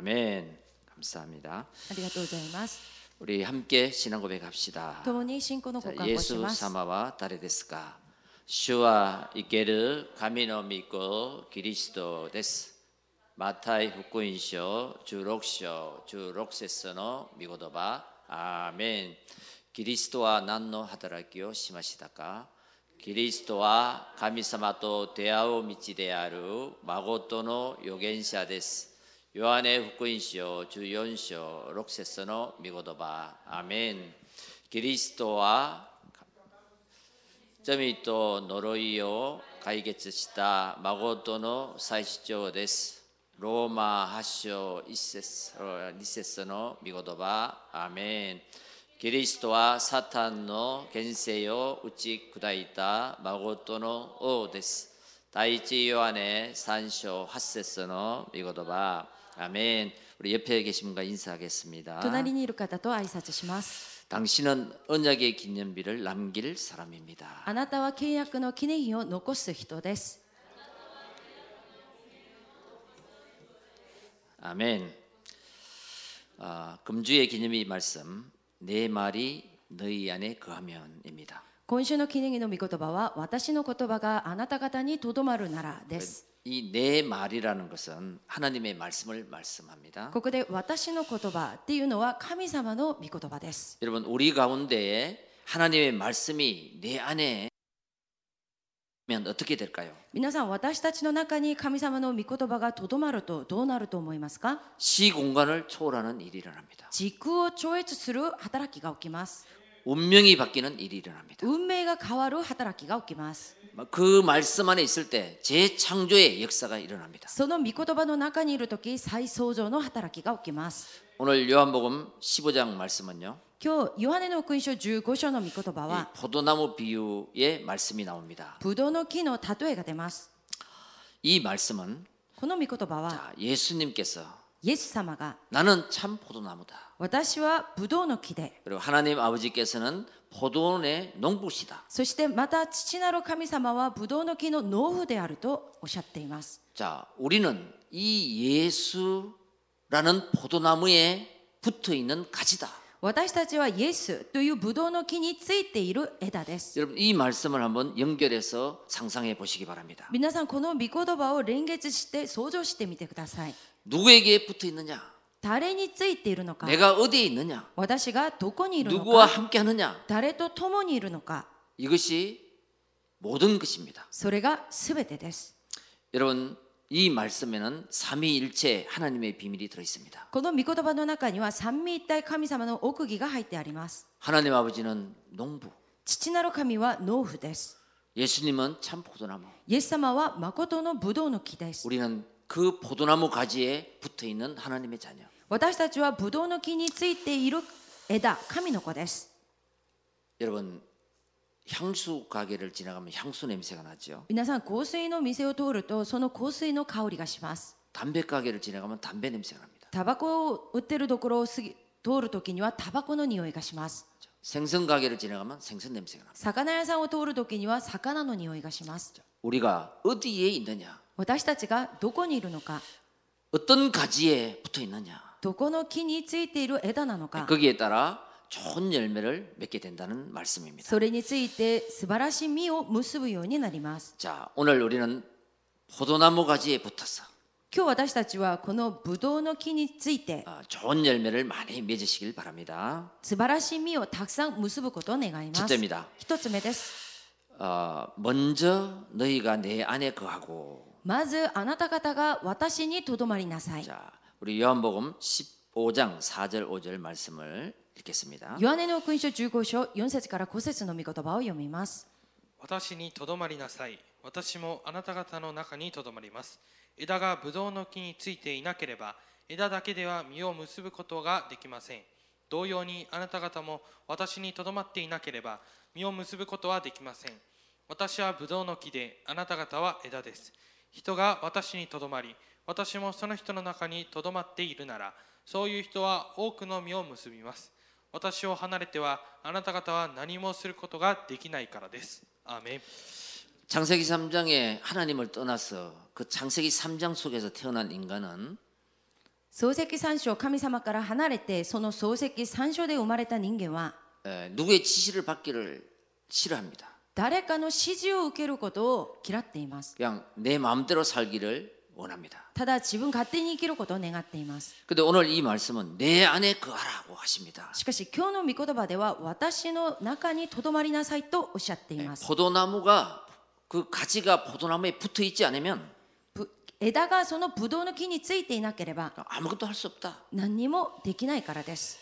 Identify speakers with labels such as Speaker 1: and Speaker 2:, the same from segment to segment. Speaker 1: 아멘. 감사합니다.
Speaker 2: ありがとうございます。
Speaker 1: 우리 함께 신앙 고백합시다.
Speaker 2: 共に信仰の
Speaker 1: 자
Speaker 2: 告白を
Speaker 1: 예수
Speaker 2: します。
Speaker 1: 사마와 다레데스가 주와 이케르 가미노 믿고 그리스도 데스 마타이 후쿠인쇼 주록쇼 주록세스노 미고도바 아멘 그리스도와 난노 하다라기요 심하시다가 キリストは神様と出会う道である孫との預言者です。ヨハネ福音書14章6節の御言葉。アーメン。キリストは罪と呪いを解決した孫との最主張です。ローマ8章1節2節の御言葉、アーメン。キリストはサタンの権勢を打ち砕いた孫との王です。第一ヨハネ3章8節の御言葉、アーメン。우리옆에계신분과인사하겠습니다
Speaker 2: 隣にいる方と挨拶します。
Speaker 1: 당신은 언약의 기념비를 남길 사람입니다.
Speaker 2: あなたは契約の記念碑を残す人です。
Speaker 1: 아멘. 아, 금주의 기념이 말씀 내 말이 너희 안에 거하면입니다.
Speaker 2: 今週の記念碑の御言葉は私の言葉があなた方にとどまるならです。
Speaker 1: 이 내 말이라는 것은 하나님의 말씀을 말씀합니다.
Speaker 2: ここで私の言葉っていうのは神様の御言葉です。
Speaker 1: 여러분 우리 가운데에 하나님의 말씀이 내 안에 면 어떻게 될까요?
Speaker 2: 皆さん私たちの中に神様の御言葉がとどまるとどうなると思いますか
Speaker 1: 시 공간을 초월하는 일이 일어납니다.
Speaker 2: 時空を超越する働きが起きます。
Speaker 1: 운명이 바뀌는 일이 일어납니다.
Speaker 2: 運命が変わる働きが起きます。
Speaker 1: 그 말씀 안에 있을 때 재창조의 역사가 일어납니다.
Speaker 2: その御言葉の中にいるとき、再創造の働きが起きます。
Speaker 1: 오늘 요한복음 15장 말씀은요.
Speaker 2: 今日、ヨハネの福音書15章の御言葉は、
Speaker 1: 이 포도나무 비유의 말씀이 나옵니다.
Speaker 2: ブドウの木の例えが出ます。
Speaker 1: 이 말씀은
Speaker 2: この御言葉は、
Speaker 1: 자, 예수님께서
Speaker 2: イエス様が、
Speaker 1: 나는 참 포도나무다.
Speaker 2: 私はブドウの木で、
Speaker 1: 그리고 하나님 아버지께서는 포도원의 농부시다.
Speaker 2: そしてまた父なる神様はブドウの木の農夫であるとおっしゃっています。
Speaker 1: 자, 우리는 이 예수라는 포도나무에 붙어 있는 가지다.
Speaker 2: 私たちはイエスというブドウの木についている枝です。
Speaker 1: 여러분 이 말씀을 한번 연결해서 상상해 보시기 바랍니다.
Speaker 2: 皆さん、この御言葉を連結して想像してみてください。
Speaker 1: 누구에게 붙어 있느냐?
Speaker 2: 誰についているのか、
Speaker 1: 내가 어디에 있느냐?
Speaker 2: 私がどこにいるの
Speaker 1: 누구와
Speaker 2: か、
Speaker 1: 함께 하느냐?
Speaker 2: 誰と共にいるのか、
Speaker 1: 이것이 모든 것입니다.
Speaker 2: それが全てです。
Speaker 1: 여러분 이 말씀에는 삼위일체 하나님의 비밀이 들어 있습니다.
Speaker 2: この御言葉の中には三位一体神様の奥義が入ってあります。
Speaker 1: 하나님 아버지는 농부,
Speaker 2: 父なる神は農夫です。
Speaker 1: 예수님은 참 포도나무.
Speaker 2: イエス様は誠のブドウの木です。
Speaker 1: 우리는 그 포도나무 가지에 붙어 있는 하나님의 자녀.
Speaker 2: 私たちはブドウの木についている枝、神の子です。
Speaker 1: 여러분 향수 가게를 지나가면 향수 냄새가 나죠.
Speaker 2: 皆さん、香水の店を通ると、その香水の香りがします。
Speaker 1: 담배 가게를 지나가면 담배 냄새가 납니다.
Speaker 2: タバコを売ってるところを過ぎ通るときには、タバコの匂いがします。
Speaker 1: 생선 가게를 지나가면 생선 냄새가 납니다.
Speaker 2: 魚屋さんを通るときには、魚の匂いがします。
Speaker 1: 우리가 어디에 있느냐,
Speaker 2: 私たちがどこにいるのか、
Speaker 1: 어떤 가지에 붙어 있느냐
Speaker 2: どこの木についている枝なのか、
Speaker 1: 거기에 따라 좋은 열매를 맺게 된다는 말씀입니다.
Speaker 2: それについて素晴らしい実を結ぶようになります。
Speaker 1: 자, 오늘 우리는 포도나무 가지에 붙어서
Speaker 2: 今日私たちはこのブドウの木について
Speaker 1: 어, 좋은 열매를 많이 맺으시길 바랍니다.
Speaker 2: 素晴らしい実をたくさん結ぶことを願います。
Speaker 1: 첫째입니다.
Speaker 2: 一つ目です。
Speaker 1: 어, 먼저 너희가 내 안에 거하고
Speaker 2: まずあなた方が私にとどまりなさい。
Speaker 1: 자, 우리 요한복음 15장 4절 5절 말씀을 읽겠습니다.
Speaker 2: ヨハネの福音書15章4節から5節の御言葉を読みます。
Speaker 3: 私にとどまりなさい。私もあなた方の中にとどまります。枝がブドウの木についていなければ、枝だけでは実を結ぶことができません。同様にあなた方も私にとどまっていなければ、実を結ぶことはできません。私はブドウの木で、あなた方は枝です。人が私にとどまり、私もその人の中にとどまっているなら、そういう人は多くの実を結びます。私を離れては、あなた方は何もすることができないからです。アーメン
Speaker 1: 창세기 3장에 하나님을 떠나서 그 창세기 3장 속에서 태어난 인간은
Speaker 2: 漱石三章神様から離れてその漱石三章で生まれた人間は
Speaker 1: 에, 누구의 지시를 받기를 싫어합니다.
Speaker 2: 誰かの指示を受けることを嫌っています
Speaker 1: 그냥 내 마음대로 살기를 원합니다.
Speaker 2: ただ自分勝手に生きることを願っています
Speaker 1: 근데 오늘 이 말씀은 내 안에 그하라고 하십니다.
Speaker 2: しかし今日の御言葉では私の中にとどまりなさいとおっしゃってい
Speaker 1: 예,
Speaker 2: ます
Speaker 1: 포도나무가 그 가지가 포도나무에 붙어 있지 않으면
Speaker 2: ぶ枝がそのブドウの木についていなければ
Speaker 1: 아무것도 할 수 없다.
Speaker 2: 何にもできないからです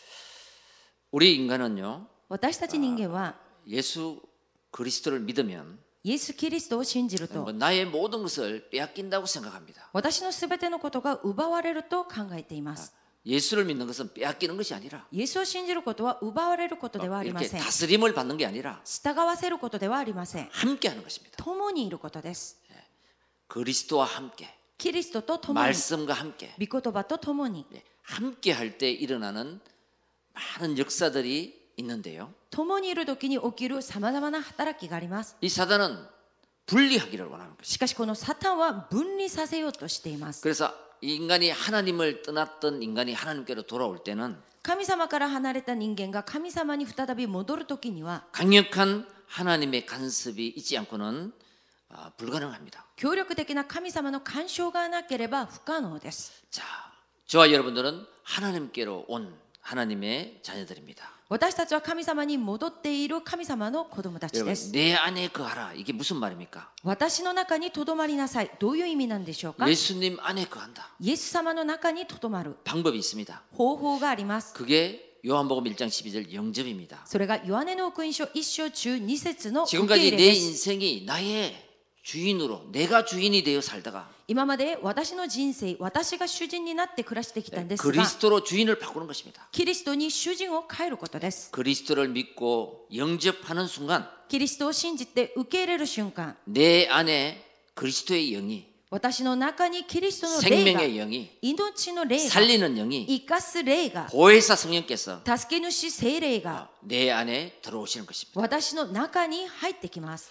Speaker 1: 우리 인간은요
Speaker 2: 私たち人間は
Speaker 1: 예수 그리스도를 믿으면
Speaker 2: イエス・キリストを信じる
Speaker 1: 뭐
Speaker 2: と
Speaker 1: 나의 모든 것을 빼앗긴다고 생각합니다.
Speaker 2: 私のすべてのことが奪われると考えています
Speaker 1: 예수를 믿는 것은 빼앗기는 것이 아니라
Speaker 2: イエスを信じることは奪われることではありま
Speaker 1: 이렇게
Speaker 2: せん
Speaker 1: 다스림을 받는 게 아니라
Speaker 2: 従わせることではありません
Speaker 1: 함께하는 것입니다.
Speaker 2: 共にいることです
Speaker 1: 그리스도와 함께
Speaker 2: キリストと共に
Speaker 1: 말씀과 함께
Speaker 2: 御言葉と共に
Speaker 1: 예, 함께할 때 일어나는 많은 역사들이 있는데요.
Speaker 2: 共にいる時に起きるさまざまな働きがあります
Speaker 1: 이 사단은 분리하기를 원하는 것이죠.
Speaker 2: しかしこのサタンは分離させようとしています
Speaker 1: 그래서 이 인간이 하나님을 떠났던 인간이 하나님께로 돌아올 때는
Speaker 2: 神様から離れた人間が神様に再び戻る時には
Speaker 1: 강력한 하나님의 간섭이 있지 않고는 아, 불가능합니다.
Speaker 2: 協力的な神様の干渉がなければ不可能です
Speaker 1: 자, 저와 여러분들은 하나님께로 온 하나님의 자녀들입니다.
Speaker 2: 私たちは神様に戻っている神様の子供たち
Speaker 1: 여러분,
Speaker 2: です
Speaker 1: 내 안에 그하라. 이게 무슨 말입니까?
Speaker 2: 私の中にとどまりなさいどういう意味なんでしょうか
Speaker 1: 예수님 안에 그한다.
Speaker 2: イエス様の中にとどまる
Speaker 1: 방법이 있습니다.
Speaker 2: 方法があります
Speaker 1: 그게 요한복음 1장 12절 영접입니다.
Speaker 2: それがヨハネの福音書1章中2節の受け
Speaker 1: 지금까지
Speaker 2: 入れ
Speaker 1: 내
Speaker 2: です
Speaker 1: 인생이 나의 주인으로 내가 주인이 되어 살다가
Speaker 2: 今まで私の人生私が主人になって暮らしてきたんですが
Speaker 1: 그리스도로 주인을 바꾸는 것입니다.
Speaker 2: キリストに主人を変えることです
Speaker 1: 그리스도를 믿고 영접하는 순간
Speaker 2: キリストを信じて受け入れる瞬間
Speaker 1: 내 안에 그리스도의 영이
Speaker 2: 私の中にキリストの霊が
Speaker 1: 생명의 영이
Speaker 2: 命の霊が
Speaker 1: 살리는 영이
Speaker 2: 生かす霊が
Speaker 1: 보혜사 성령께서
Speaker 2: 助け主聖霊が
Speaker 1: 내 안에 들어오시는 것입니다.
Speaker 2: 私の中に入ってきます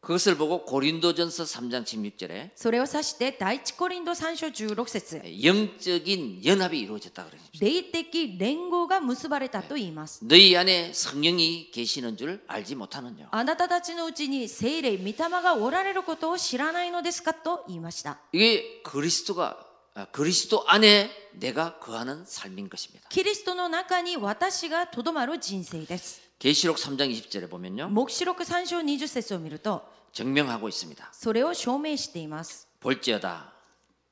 Speaker 1: 그것을 보고 고린도전서 3장 16절에
Speaker 2: それを指して第一コリンド3章16節
Speaker 1: 영적인 연합이 이루어졌다 그러십니다.
Speaker 2: 霊的連合が結ばれたと言います
Speaker 1: 너희 안에 성령이 계시는 줄 알지 못하느냐
Speaker 2: あなたたちのうちに聖霊御霊がおられることを知らないのですかと言いました
Speaker 1: 이게 그리스도가 아, 그리스도 안에 내가 거하는 삶인 것입니다.
Speaker 2: キリストの中に私がとどまる人生です。
Speaker 1: 계시록 3장 20절에 보면요.
Speaker 2: 黙示録3章20節を見ると、
Speaker 1: 증명하고 있습니다.
Speaker 2: それを証明しています。
Speaker 1: 볼지어다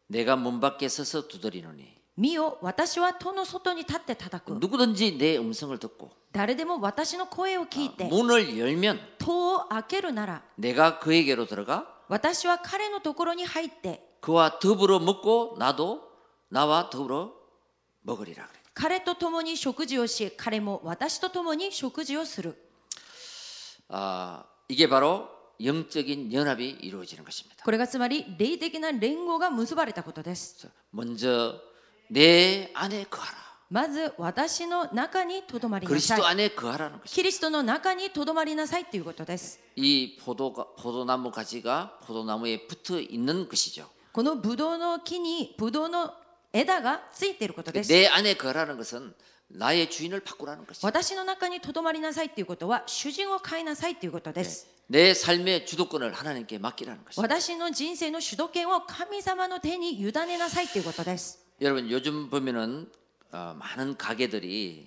Speaker 1: 내가 문 밖에 서서 두드리노니 그
Speaker 2: 見よ、私は戸の外に立って叩く。
Speaker 1: 누구든지 내 음성을 듣고 아,
Speaker 2: 誰でも私の声を聞いて、
Speaker 1: 문을 열면
Speaker 2: 戸を開けるなら、
Speaker 1: 내가 그에게로 들어가
Speaker 2: 私は彼のところに入って、
Speaker 1: 그와 더불어 먹고 나도 나와 더불어 먹으리라 그래.
Speaker 2: 彼と共に食事をし、彼も私と共に食事をする。
Speaker 1: 아, 이게 바로 영적인 연합이 이루어지는 것입니다.
Speaker 2: これがつまり、霊的な連合が結ばれたことです。
Speaker 1: 그래서 먼저 내 안에 거하라.
Speaker 2: まず、私の中にとどまりなさい
Speaker 1: 그리스도 。 안에 거하라는 것입니다.
Speaker 2: キリストの中にとどまりなさいということです。
Speaker 1: 이 포도가 포도나무 가지가 포도나무에 붙어 있는 것이죠.
Speaker 2: このブドウの木にブドウの枝がついていることです。
Speaker 1: 내 안에 거하라는 것은 나의 주인을 바꾸라는 것이죠.
Speaker 2: 私の中にとどまりなさいということは主人を変えなさいということです。
Speaker 1: 예, 내 삶의 주도권을 하나님께 맡기라는 것이죠.
Speaker 2: 私の人生の主導権を神様の手に委ねなさいということです。
Speaker 1: 여러분 요즘 보면은 어, 많은 가게들이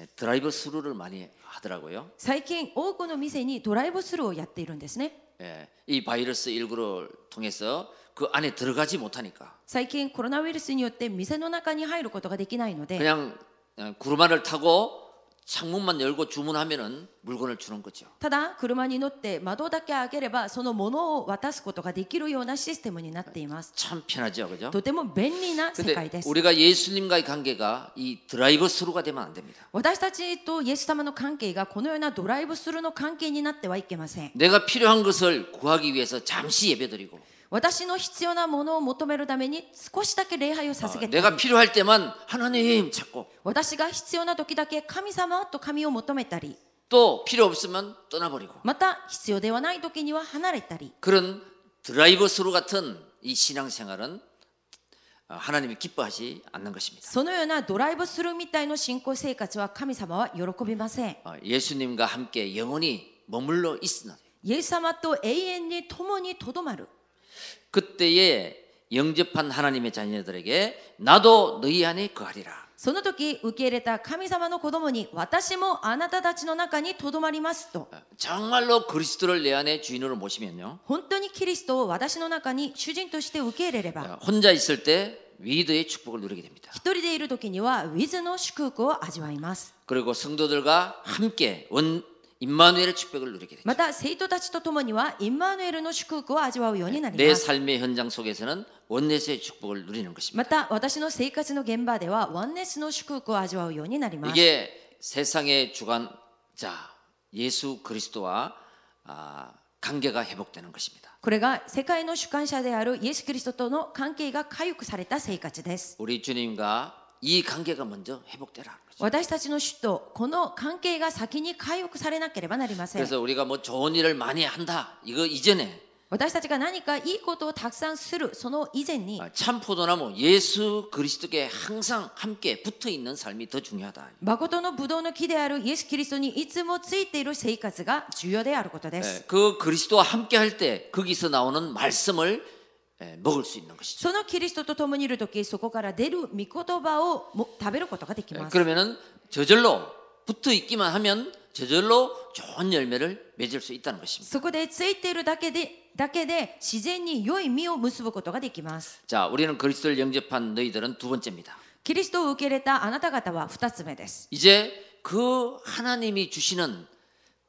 Speaker 1: 예, 드라이브 스루를 많이 하더라고요.
Speaker 2: 最近多くの店にドライブスルーをやっているんですね。
Speaker 1: 예, 이 바이러스 19를 통해서 그 안에 들어가지 못하니까
Speaker 2: 最近コロナウイルスによって店の中に入ることができないので
Speaker 1: 그냥 어, 구르마를 타고 창문만 열고 주문하면은 물건을 주는 거죠.
Speaker 2: ただ車に乗って窓だけ開ければそのものを渡すことができるようなシステムになっています。
Speaker 1: 참 편하죠, 그죠?
Speaker 2: とても便利な世界
Speaker 1: 근데
Speaker 2: です。
Speaker 1: 우리가 예수님과의 관계가 이 드라이브 스루가 되면 안 됩니다.
Speaker 2: 私たちとイエス様の関係がこのようなドライブスルーの関係になってはいけません。
Speaker 1: 내가 필요한 것을 구하기 위해서 잠시 예배드리고
Speaker 2: 私の必要なものを求めるために少しだけ礼拝を
Speaker 1: 어,
Speaker 2: 捧げて、
Speaker 1: 내가 필요할 때만 하나님 찾고
Speaker 2: 私が必要な時だけ神様と神を求めたり、
Speaker 1: 또 필요 없으면 떠나버리고
Speaker 2: また必要ではない時には離れたり、
Speaker 1: 그런 드라이브 스루 같은 이 신앙생활은 어, 하나님이 기뻐하지 않는 것입니다.
Speaker 2: そのようなドライブスルーみたいの信仰生活は神様は喜びません
Speaker 1: 어, 예수님과 함께 영원히 머물러 있으나
Speaker 2: イエス様と永遠に共にとどまる
Speaker 1: 그때에 영접한 하나님의 자녀들에게 나도 너희 안에 거하리라.
Speaker 2: その時受け入れた神様の子供に私もあなたたちの中にとどまりますと
Speaker 1: 어, 정말로 그리스도를 내 안에 주인으로 모시면요.
Speaker 2: 本当にキリストを私の中に主人として受け入れれ
Speaker 1: 어,
Speaker 2: ば
Speaker 1: 혼자 있을 때 위드의 축복을 누리게 됩니다.
Speaker 2: 一人でいる時にはウィズの祝福を味わいます
Speaker 1: 그리고 성도들과 함께 원 임마누엘의 축복을 누리게 됩니다.
Speaker 2: また生徒たちと共にはインマヌエルの祝福を味わうようになり
Speaker 1: 내
Speaker 2: ます。
Speaker 1: 삶의 현장 속에서는 원내스의 축복을 누리는 것입니다.
Speaker 2: また私の生活の現場ではワンネスの祝福を味わうようになります。
Speaker 1: 이게 세상의 주관자 예수 그리스도와 아, 관계가 회복되는 것입니다.
Speaker 2: これが世界の主観者であるイエス・キリストとの関係が回復された生活です。
Speaker 1: 우리 주님과 이 관계가 먼저 회복되라 하는 거죠.
Speaker 2: 私たちの主とこの関係が先に回復されなければなりません。
Speaker 1: 그래서 우리가 뭐 좋은 일을 많이 한다 이거 이전에
Speaker 2: 私たちが何かいいことをたくさんするその以前に
Speaker 1: 아, 참 포도나무 예수 그리스도께 항상 함께 붙어 있는 삶이 더 중요하다.
Speaker 2: 誠のブドウの木であるイエス・キリストにいつもついている生活が重要であることです。
Speaker 1: 예, 그 그리스도와 함께 할 때 거기서 나오는 말씀을 예, 먹을 수 있는 것이죠.
Speaker 2: そのキリストと共にいる時そこから出る御言葉をも食べることができ
Speaker 1: 예,
Speaker 2: ます
Speaker 1: 그러면은 저절로 붙어 있기만 하면 저절로 좋은 열매를 맺을 수 있다는 것입니다.
Speaker 2: そこでついているだけでだけで自然に良い実を結ぶことができます
Speaker 1: 자, 우리는 그리스도를 영접한 너희들은 두 번째입니다.
Speaker 2: キリストを受け入れたあなた方は2つ目です
Speaker 1: 이제 그 하나님이 주시는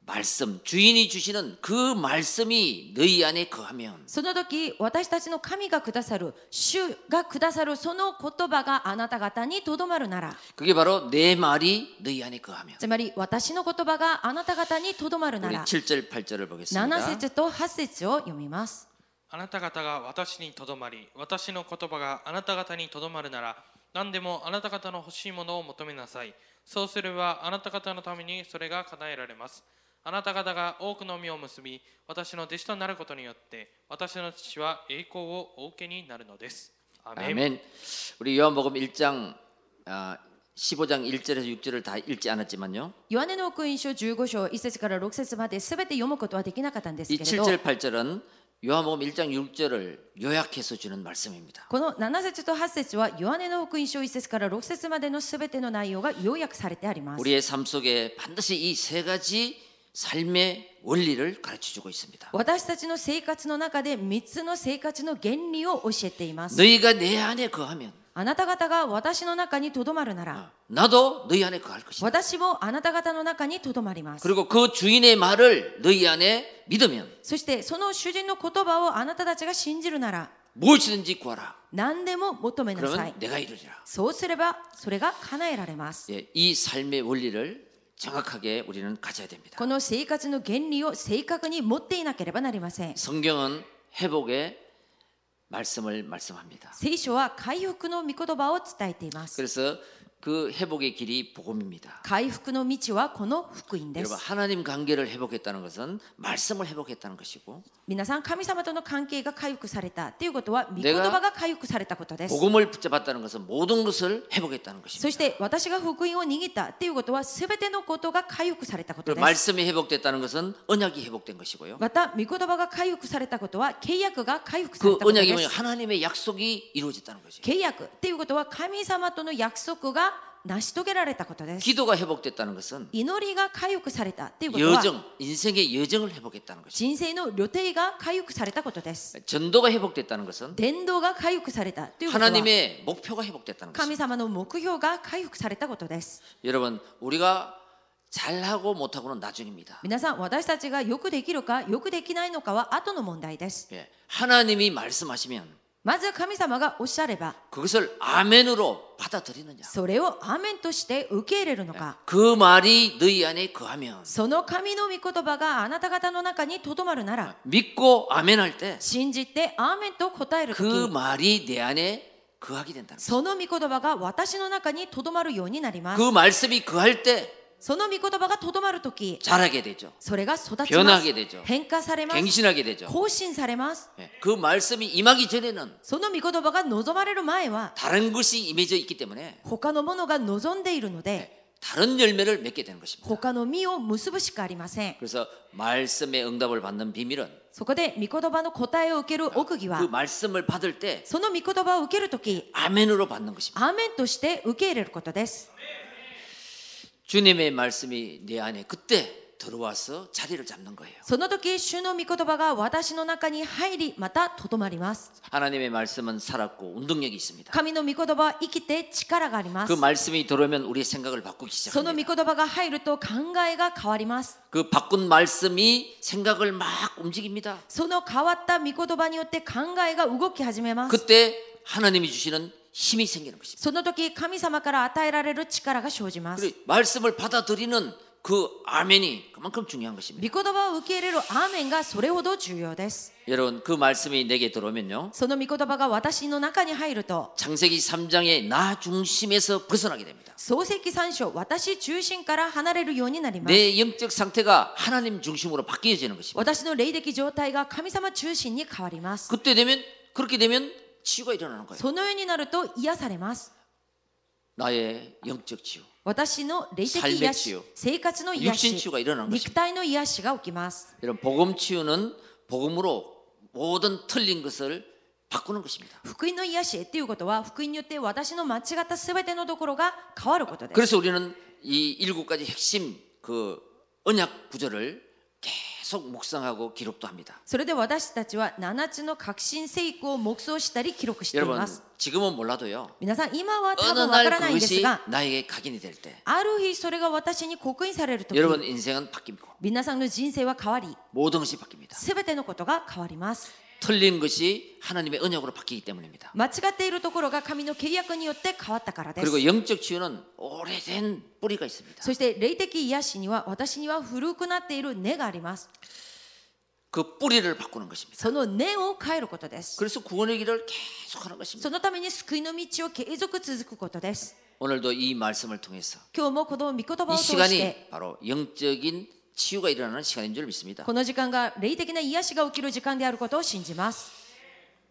Speaker 1: 말씀, 주인이 주시는 그 말씀이 너희 안에 거하면
Speaker 2: その時私たちの神がくださる主がくださるその言葉があなた方にとどまるなら
Speaker 1: 그게 바로 내 말이 너희 안에 거하면
Speaker 2: つまり私の言葉があなた方にとどまるな
Speaker 1: 우리
Speaker 2: ら
Speaker 1: 7절 8절을
Speaker 2: 7
Speaker 1: 보겠습니다.
Speaker 2: 節と8節を読みます
Speaker 3: あなた方が私にとどまり、私の言葉があなた方にとどまるなら、何でもあなた方の欲しいものを求めなさい。そうすればあなた方のためにそれが叶えられます。あなた方が多くの実を結び、私の弟子となることによって、私の父は栄光をお受けになるのです。アーメン
Speaker 1: 아멘. 우리 요한복음 1장 아, 15장 1절에서 6절을 다 읽지 않았지만요.
Speaker 2: ヨハネの奥印書15章1節から6節まで全て読むことはできなかったんです
Speaker 1: 이
Speaker 2: けれど
Speaker 1: 7절 8절은 요한복음 1장 6절을 요약해서 주는 말씀입니다.
Speaker 2: この7節と8節はヨハネの福音書1節から6節までのすべての内容が要約されてあります。
Speaker 1: 우리의 삶 속에 반드시 이 세 가지 삶의 원리를 가르쳐 주고 있습니다.
Speaker 2: 私たちの生活の中で3つの生活の原理を教えています。
Speaker 1: 너희가 내 안에 거하면
Speaker 2: あなた方が私の中にとどまるなら、
Speaker 1: 나도 너희 안에 거할 것이다.
Speaker 2: 私もあなた方の中にとどまります。
Speaker 1: 그리고 그 주인의 말을 너희 안에 믿으면
Speaker 2: そしてその主人の言葉をあなたたちが信じるなら、
Speaker 1: 무엇이든지 구하라.
Speaker 2: 何でも求めなさ
Speaker 1: 그러면 。
Speaker 2: い
Speaker 1: 내가 이루리라.
Speaker 2: そうすればそれが叶えられます。
Speaker 1: 예, 이 삶의 원리를 정확하게 우리는 가져야 됩니다.
Speaker 2: この生活の原理を正確に持っていなければなりませ
Speaker 1: 그
Speaker 2: ん。
Speaker 1: 성경은 회복의 말씀을 말씀합니다.
Speaker 2: 聖書は回復の御言葉を伝えています。
Speaker 1: 그래서 그 회복의 길이 복음입니다.
Speaker 2: 回復の道はこの福音で
Speaker 1: 여러분
Speaker 2: す。
Speaker 1: 하나님 관계를 회복했다는 것은 말씀을 회복했다는 것이고
Speaker 2: 皆さん、神様との関係が回復されたということは、御
Speaker 1: で
Speaker 2: 言
Speaker 1: が
Speaker 2: 葉が回復されたことです。
Speaker 1: 복음을 붙잡았다는 것은 모든 것을 회복했다는 것입니다.
Speaker 2: そして、私が福音を握ったということは、すべてのことが回復されたこと
Speaker 1: 그리고
Speaker 2: です。
Speaker 1: 말씀이 회복됐다는 것은 언약이 회복된 것이고요.
Speaker 2: また、御言葉が回復されたことは、契約が回復され
Speaker 1: 그
Speaker 2: たことで
Speaker 1: 언약이 뭐냐
Speaker 2: す。
Speaker 1: 하나님의 약속이 이루어졌다는 거죠.
Speaker 2: 契約ということは、神様との約束が成し遂げられたことです。
Speaker 1: 기도가 회복됐다는 것은
Speaker 2: 祈りが回復されたということは、
Speaker 1: 여정 인생의 여정을 회복했다는 것이죠.
Speaker 2: 人生の旅程が回復されたことです。
Speaker 1: 전도가 회복됐다는 것은
Speaker 2: 伝道が回復されたということは、
Speaker 1: 하나님의 목표가 회복됐다는 것이죠.
Speaker 2: 神様の目標が回復されたことです。
Speaker 1: 여러분 우리가 잘하고 못하고는 나중입니다.
Speaker 2: 皆さん、私たちがよくできるか、よくできないのかは後の問題です。
Speaker 1: 예, 하나님이 말씀하시면
Speaker 2: まず神様がおっしゃれば、
Speaker 1: 그것을 아멘으로 받아들이느냐.
Speaker 2: それをアーメンとして受け入れるのか、
Speaker 1: 그 말이 너희 안에 거하면
Speaker 2: その神の御言葉があなた方の中にとどまるなら、
Speaker 1: 믿고 아멘할 때 그
Speaker 2: 信じてアーメンと答えるとき、
Speaker 1: 말이 내 안에 거하게 된다는 거예요.
Speaker 2: その御言葉が私の中にとどまるようになります。
Speaker 1: 그 말씀이 거할 때
Speaker 2: その御言葉がとどまるとき、
Speaker 1: 자라게 되죠.
Speaker 2: それが育ち
Speaker 1: 변
Speaker 2: ま
Speaker 1: 화
Speaker 2: す
Speaker 1: 게되죠 。
Speaker 2: 変化されます。
Speaker 1: 갱신하게 되죠.
Speaker 2: 更新されます。
Speaker 1: 예, 그 말씀이 임하기 전에는
Speaker 2: その御言葉が望まれる前は、
Speaker 1: 다른 것이 임해져 있기 때문에
Speaker 2: 他のものが望んでいるので、
Speaker 1: 다른 열매를 맺게 되는 것입니다.
Speaker 2: 他の実を結ぶしかありません。
Speaker 1: 그래서 말씀의 응답을 받는 비밀은
Speaker 2: そこで御言葉の答えを受ける奥義は
Speaker 1: 그 、 말씀을 받을 때
Speaker 2: その御言葉を受けるとき、
Speaker 1: 아멘으로 받는 것입니다.
Speaker 2: アーメンとして受け入れることです。
Speaker 1: 주님의 말씀이 내 안에 그때 들어와서 자리를 잡는 거예요.
Speaker 2: その時、主の御言葉が私の中に入り、またとどまります。
Speaker 1: 하나님의 말씀은 살았고 운동력이 있습니다.
Speaker 2: 神の御言葉は生きて力がありま
Speaker 1: 그
Speaker 2: す。
Speaker 1: 말씀이 들어오면 우리의 생각을 바꾸기
Speaker 2: その御
Speaker 1: 시작합니다.
Speaker 2: 言葉が入ると考えが変わります。
Speaker 1: 그 바꾼 말씀이 생각을 막 움직입니다.
Speaker 2: その変わった御言葉によって考えが動き始めます。
Speaker 1: 그때 하나님이 주시는 힘이 생기는 것입니다.
Speaker 2: その時、神様から与えられる力が生じます。
Speaker 1: 그리고 말씀을 받아들이는 그 아멘이 그만큼 중요한 것입니다.
Speaker 2: 御言葉を受け入れるアーメンがそれほど重要です。
Speaker 1: 여러분 그 말씀이 내게 들어오면요.
Speaker 2: その御言葉が私の中に入ると、
Speaker 1: 창세기 3장의 나 중심에서 벗어나게 됩니다.
Speaker 2: 創世記三章、私中心から離れるようになります。
Speaker 1: 내 영적 상태가 하나님 중심으로 바뀌어지는 것입니다.
Speaker 2: 私の霊的状態が神様中心に変わります。
Speaker 1: 그때 되면 그렇게 되면 치유가 일어나는 거예요.
Speaker 2: そのようになると癒されます。
Speaker 1: 나의 영적 치유,
Speaker 2: 私の霊的
Speaker 1: 삶의
Speaker 2: 癒
Speaker 1: 치유
Speaker 2: し、生活の癒
Speaker 1: 육신
Speaker 2: し、
Speaker 1: 치유가 일어나는
Speaker 2: 肉
Speaker 1: 것입니다.
Speaker 2: 体の癒しが起きます。
Speaker 1: 이런 복음 치유는 복음으로 모든 틀린 것을 바꾸는 것입니다.
Speaker 2: 福音の癒しっていうことは、福音によって私の間違ったすべてのところが変わることです。
Speaker 1: 그래서 우리는 이 일곱 가지 핵심 그 언약 구절을 계속 묵상하고 기록도 합니다.
Speaker 2: それで私たちは7つの革新聖句を黙想したり記録してい
Speaker 1: 여러분
Speaker 2: ます。
Speaker 1: 지금은 몰라도요.
Speaker 2: 皆さん、今は多
Speaker 1: 어느
Speaker 2: 分わから
Speaker 1: 날
Speaker 2: ないんです
Speaker 1: 그것이
Speaker 2: が、
Speaker 1: 나에게 각인이 될 때,
Speaker 2: ある日それが私に刻印されるとき、
Speaker 1: 여러분 인생은 바뀝니다.
Speaker 2: 皆さんの人生は変わり、
Speaker 1: 모든 것이 바뀝니다.
Speaker 2: すべてのことが変わります。
Speaker 1: 틀린 것이 하나님의 언약으로 바뀌기 때문입니다.
Speaker 2: 間違っているところが神の契約によって変わったからです。
Speaker 1: 그리고 영적 치유는 오래된 뿌리가 있습니다.
Speaker 2: そして霊的癒しには私には古くなっている根があります。
Speaker 1: 그 뿌리를 바꾸는 것입니다.
Speaker 2: その根を変えることです。
Speaker 1: 그래서 구원의 길을 계속하는 것입니다.
Speaker 2: そのために救いの道を継続続くことです。
Speaker 1: 오늘도 이 말씀을 통해서
Speaker 2: 今日もこの御言葉
Speaker 1: 이
Speaker 2: を通して
Speaker 1: 시간이 、 바로 영적인 치유가 일어나는 시간인 줄 믿습니다.
Speaker 2: この時間が霊的な癒しが起きる時間であることを信じます。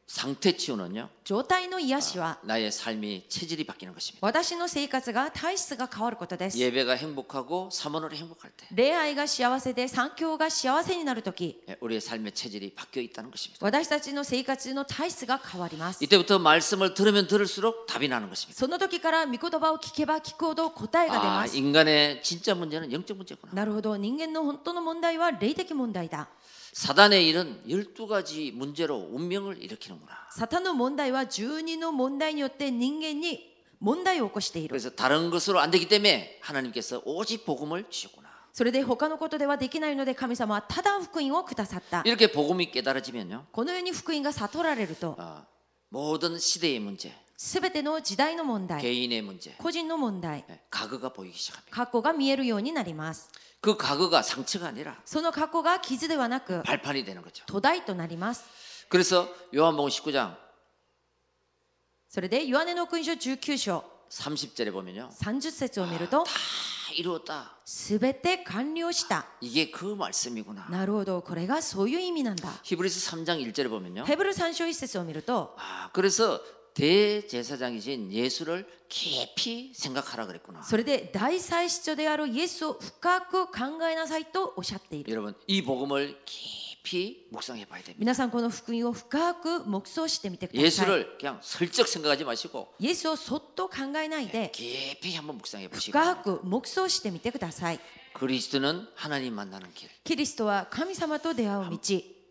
Speaker 1: 상태 치유는요,
Speaker 2: 状態の癒しは、
Speaker 1: 나의 삶이 체질이 바뀌는 것입니다.
Speaker 2: 私の生活が体質が変わることです。
Speaker 1: 예배가 행복하고 사모으로 행복할 때
Speaker 2: 恋愛が幸せで産教が幸せになるとき、
Speaker 1: 예, 우리의 삶의 체질이 바뀌어 있다는 것입니다.
Speaker 2: 私たちの生活の体質が変わります。
Speaker 1: 이때부터 말씀을 들으면 들을수록 답이 나는 것입니다.
Speaker 2: その時から御言葉を聞けば聞くほど答えが出
Speaker 1: 아,
Speaker 2: ます。
Speaker 1: 인간의 진짜 문제는 영적 문제구나.
Speaker 2: なるほど、人間の本当の問題は霊的問題だ。
Speaker 1: 사단의 일은 12가지 문제로 운명을 일으키는구나.
Speaker 2: サタンの問題は12の問題によって人間に問題を起こしている。
Speaker 1: 그래서 다른 것으로 안 되기 때문에 하나님께서 오직 복음을 주셨구나.
Speaker 2: それで他のことではできないので神様はただ福音をくださった。
Speaker 1: 이렇게 복음이 깨달아지면요.
Speaker 2: このように福音が悟られると、
Speaker 1: 아, 모든 시대의 문제,
Speaker 2: すべての時代の問題、
Speaker 1: 개인의 문제,
Speaker 2: 個人の問題、
Speaker 1: 예, 과거가 보이기 시작합니다.
Speaker 2: 過去が見えるようになります。
Speaker 1: 그 과거가 상처가 아니라
Speaker 2: その過去が傷ではなく、
Speaker 1: 발판이 되는 거죠.
Speaker 2: 土台となります。
Speaker 1: 그래서 요한복음 19장
Speaker 2: それで、ヨハネの福音書19章
Speaker 1: 30절에 보면요.
Speaker 2: 30節を見ると、
Speaker 1: 다 이루었다.
Speaker 2: すべて完了した。
Speaker 1: 이게 그 말씀이구나.
Speaker 2: なるほど、これがそういう意味なんだ。
Speaker 1: 히브리서 3장 1절에 보면요.
Speaker 2: ヘブル3章1節を見ると、
Speaker 1: 아, 그래서 대제사장이신 예수를 깊이 생각하라 그랬구나.
Speaker 2: それで大祭司長であるイエスを深く考えなさいとおっしゃっている。
Speaker 1: 여러분, 이 복음을 깊이 묵상해 봐야 됩니다.
Speaker 2: 皆さん、この福音を深く黙想してみてください。
Speaker 1: 예수를 그냥 슬쩍 생각하지 마시고
Speaker 2: イエスをそっと考えないで、
Speaker 1: 깊이 한번 묵상해 보시고
Speaker 2: 深く黙想してみてください。
Speaker 1: 그리스도는 하나님 만나는 길
Speaker 2: キリストは神様と出会う道。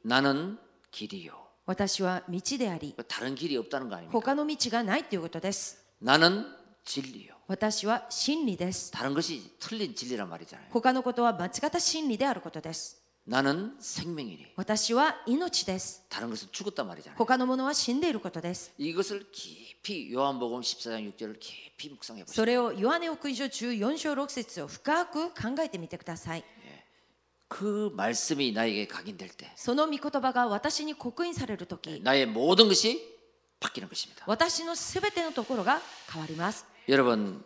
Speaker 1: 나는 길이요 그
Speaker 2: 私は道であり、
Speaker 1: 다른 길이 없다는 거 아닙니까
Speaker 2: 他の道がないということです。
Speaker 1: 나는 진리요
Speaker 2: 私は真理です。
Speaker 1: 다른 것이 틀린 진리란 말이잖아요
Speaker 2: 他のことは間違った真理であることです。
Speaker 1: 나는 생명이니
Speaker 2: 私は命です。
Speaker 1: 다른 것은 죽었단 말이잖아요
Speaker 2: 他のものは死んでいることです。
Speaker 1: 이것을 깊이 요한복음 14장 6절을 깊이 묵상해 보시고
Speaker 2: それをヨハネ福音書14章6節を深く考えてみてください。
Speaker 1: 그 말씀이 나에게 각인될 때
Speaker 2: その御言葉が私に刻印されるとき、
Speaker 1: 나의 모든 것이 바뀌는 것입니다
Speaker 2: 私のすべてのところが変わります。
Speaker 1: 여러분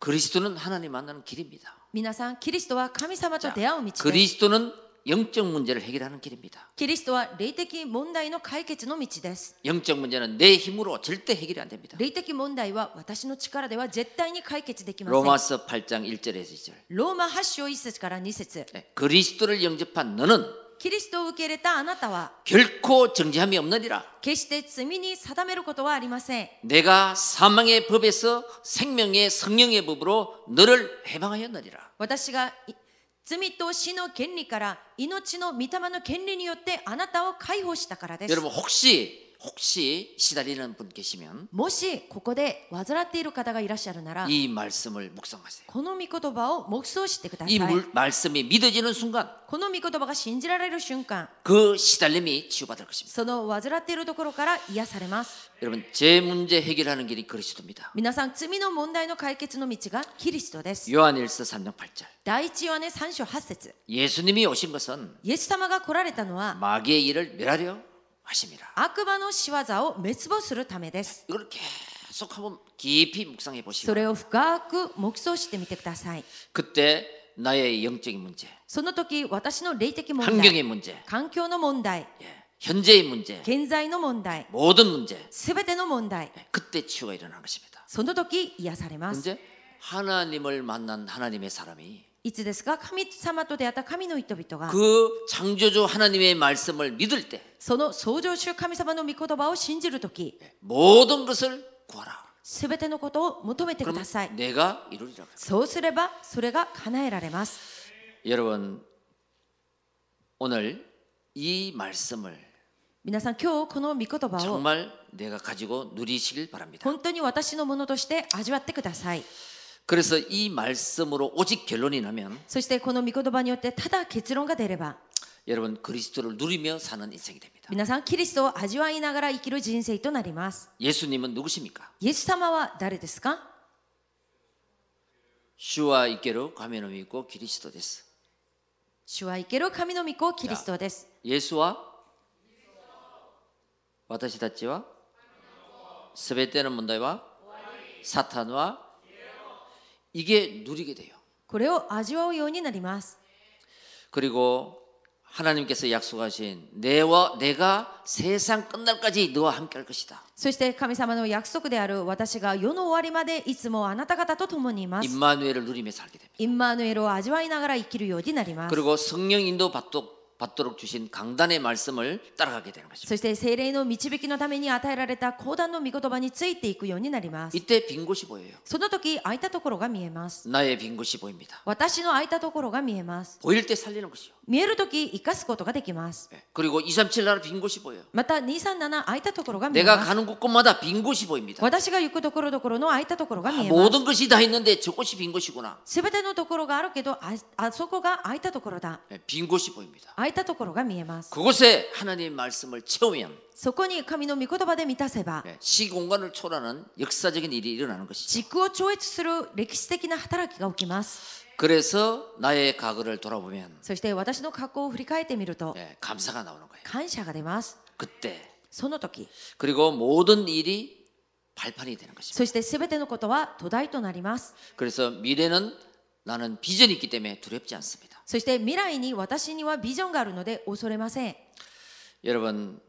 Speaker 1: 그리스도는 하나님 만나는 길입니다
Speaker 2: 皆さんキリストは神様と出会う道です
Speaker 1: 그리스도는 영적 문제를 해결하는 길입니다.
Speaker 2: キリストは霊的問題の解決の道です
Speaker 1: 영적 문제는 내 힘으로 절대 해결이 안 됩니다.
Speaker 2: 霊的問題は私の力では絶対に解決できません
Speaker 1: 로마서 8장 1절에서 2절.
Speaker 2: ローマ8章1節から2節
Speaker 1: 네, 그리스도를 영접한 너는
Speaker 2: キリストを受け入れたあなたは
Speaker 1: 결코 정죄함이 없느니라.
Speaker 2: 決して罪に定めることはありません
Speaker 1: 내가 사망의 법에서 생명의 성령의 법으로 너를 해방하였느니라.
Speaker 2: 私がい罪と死の権利から命の御霊の権利によってあなたを解放したからです
Speaker 1: 여러분 혹시 혹시 시달리는 분 계시면
Speaker 2: もしここで患っている方がいらっしゃるなら
Speaker 1: 이 말씀을 묵상하세요.
Speaker 2: この御言葉を黙想してください
Speaker 1: 이
Speaker 2: こ
Speaker 1: 물- 말씀이 믿어지는 순간
Speaker 2: の御言葉が信じられる瞬間
Speaker 1: 그 시달림이 치유받을 것입니다.
Speaker 2: その患っているところから癒されます
Speaker 1: 여러분 제 문제 해결하는 길이 그리스도입니다.
Speaker 2: 皆さん罪の問題の解決の道がキリストです
Speaker 1: 요한일서 3장 8절.
Speaker 2: 第一ヨアネ3章8節
Speaker 1: 예수님이 오신 것은
Speaker 2: イエス様が来られたのは
Speaker 1: 마귀의 일을 멸하려 하심이라.
Speaker 2: 悪魔の仕業を滅亡するためです。
Speaker 1: 이걸 계속 한번 깊이 묵상해
Speaker 2: そ
Speaker 1: 보시고
Speaker 2: れを深く黙想してみてください。
Speaker 1: 그때 나의 영적인 문제,
Speaker 2: その時、私の霊的問題、
Speaker 1: 환경의 문제,
Speaker 2: 環境の問題、
Speaker 1: 예, 현재의 문제,
Speaker 2: 現在の問題、
Speaker 1: 모든 문제
Speaker 2: すべての問題、
Speaker 1: 예, 그때 치유가 일어나는 것입니다.
Speaker 2: その時癒されます。
Speaker 1: 언제 하나님을 만난 하나님의 사람이
Speaker 2: いつですか、神様と出会った神の人々が、
Speaker 1: 그 창조주 하나님의 말씀을 믿을 때
Speaker 2: その創造主神様の御言葉を信じる時、
Speaker 1: 예, 모든 것을 구하라.
Speaker 2: すべてのことを求めてく
Speaker 1: 그럼
Speaker 2: ださい。
Speaker 1: 내가 이루리라.
Speaker 2: そうすれば、それが叶えられます。
Speaker 1: 여러분 오늘 이 말씀을
Speaker 2: 皆さん、今日この御言葉を
Speaker 1: 정말 내가 가지고 누리시길 바랍니다.
Speaker 2: 本当に私のものとして味わってください。
Speaker 1: 그래서 이 말씀으로 오직 결론이 나면
Speaker 2: そしてこの御言葉によってただ結論が出れば
Speaker 1: 여러분 그리스도를 누리며 사는 인생이 됩니다.
Speaker 2: 皆さんキリストを味わいながら生きる人生となります
Speaker 1: 예수님은 누구십니까?
Speaker 2: イエス様は誰ですか
Speaker 1: 주와 이께로 가면함이 있고 그리스도 됐어.
Speaker 2: 主は生ける神の御子キリストです
Speaker 1: 예수와私たちは全ての問題はサタンは 이게 누리게 돼요.
Speaker 2: これを味わうようになります
Speaker 1: 그리고 하나님께서 약속하신 내와 내가 세상 끝날까지 너와 함께 할 것이다.
Speaker 2: そして神様の約束である私が世の終わりまでいつもあなた方と共にいます
Speaker 1: 임마누엘을 누리며 살게 됩니다.
Speaker 2: インマーヌエルを味わいながら生きるようになります
Speaker 1: 그리고 성령 인도 받도록, 받도록 주신 강단의 말씀을 따라가게 되는 것입니다.
Speaker 2: そして精霊の導きのために与えられた講談の御言葉についていくようになります
Speaker 1: 이때 빈 곳이 보여요.
Speaker 2: その時空いたところが見えます
Speaker 1: 나의 빈 곳이 보입니다.
Speaker 2: 私の空いたところが見えます
Speaker 1: 보일 때 살리는 것이요.
Speaker 2: 見えるとき生かすことができます。
Speaker 1: 예. 그리고 237 나라 빈 곳이 보여요.
Speaker 2: また237空いたところが見え
Speaker 1: 내가
Speaker 2: ます。
Speaker 1: 가는 곳곳마다 빈 곳이 보입니다.
Speaker 2: 私が行くところどころの空いたところが
Speaker 1: 아,
Speaker 2: 見えます。
Speaker 1: 모든 것이 다 있는데 저곳이 빈 곳이구나.
Speaker 2: すべてのところがあるけどあ、あそこが空いたところだ。
Speaker 1: 예, 빈 곳이 보입니다.
Speaker 2: 空いたところが見えます。
Speaker 1: 그곳에 하나님의 말씀을 채우면
Speaker 2: そこに神の御言葉で満たせば、
Speaker 1: 예, 시공간을 초월하는 역사적인 일이 일어나는 것이죠.
Speaker 2: 時空を超越する歴史的な働きが起きます。
Speaker 1: 그래서 나의 과거를 돌아보면
Speaker 2: そして私の過去を振り返ってみると、
Speaker 1: 예, 감사가 나오는 거예요.
Speaker 2: 感謝が出ます。
Speaker 1: 그때
Speaker 2: その時、
Speaker 1: 그리고 모든 일이 발판이 되는 것입니다.
Speaker 2: そしてすべてのことは土台となります。
Speaker 1: 그래서 미래는 나는 비전이 있기 때문에 두렵지 않습니다.
Speaker 2: そして未来に私にはビジョンがあるので恐れません。
Speaker 1: 여러분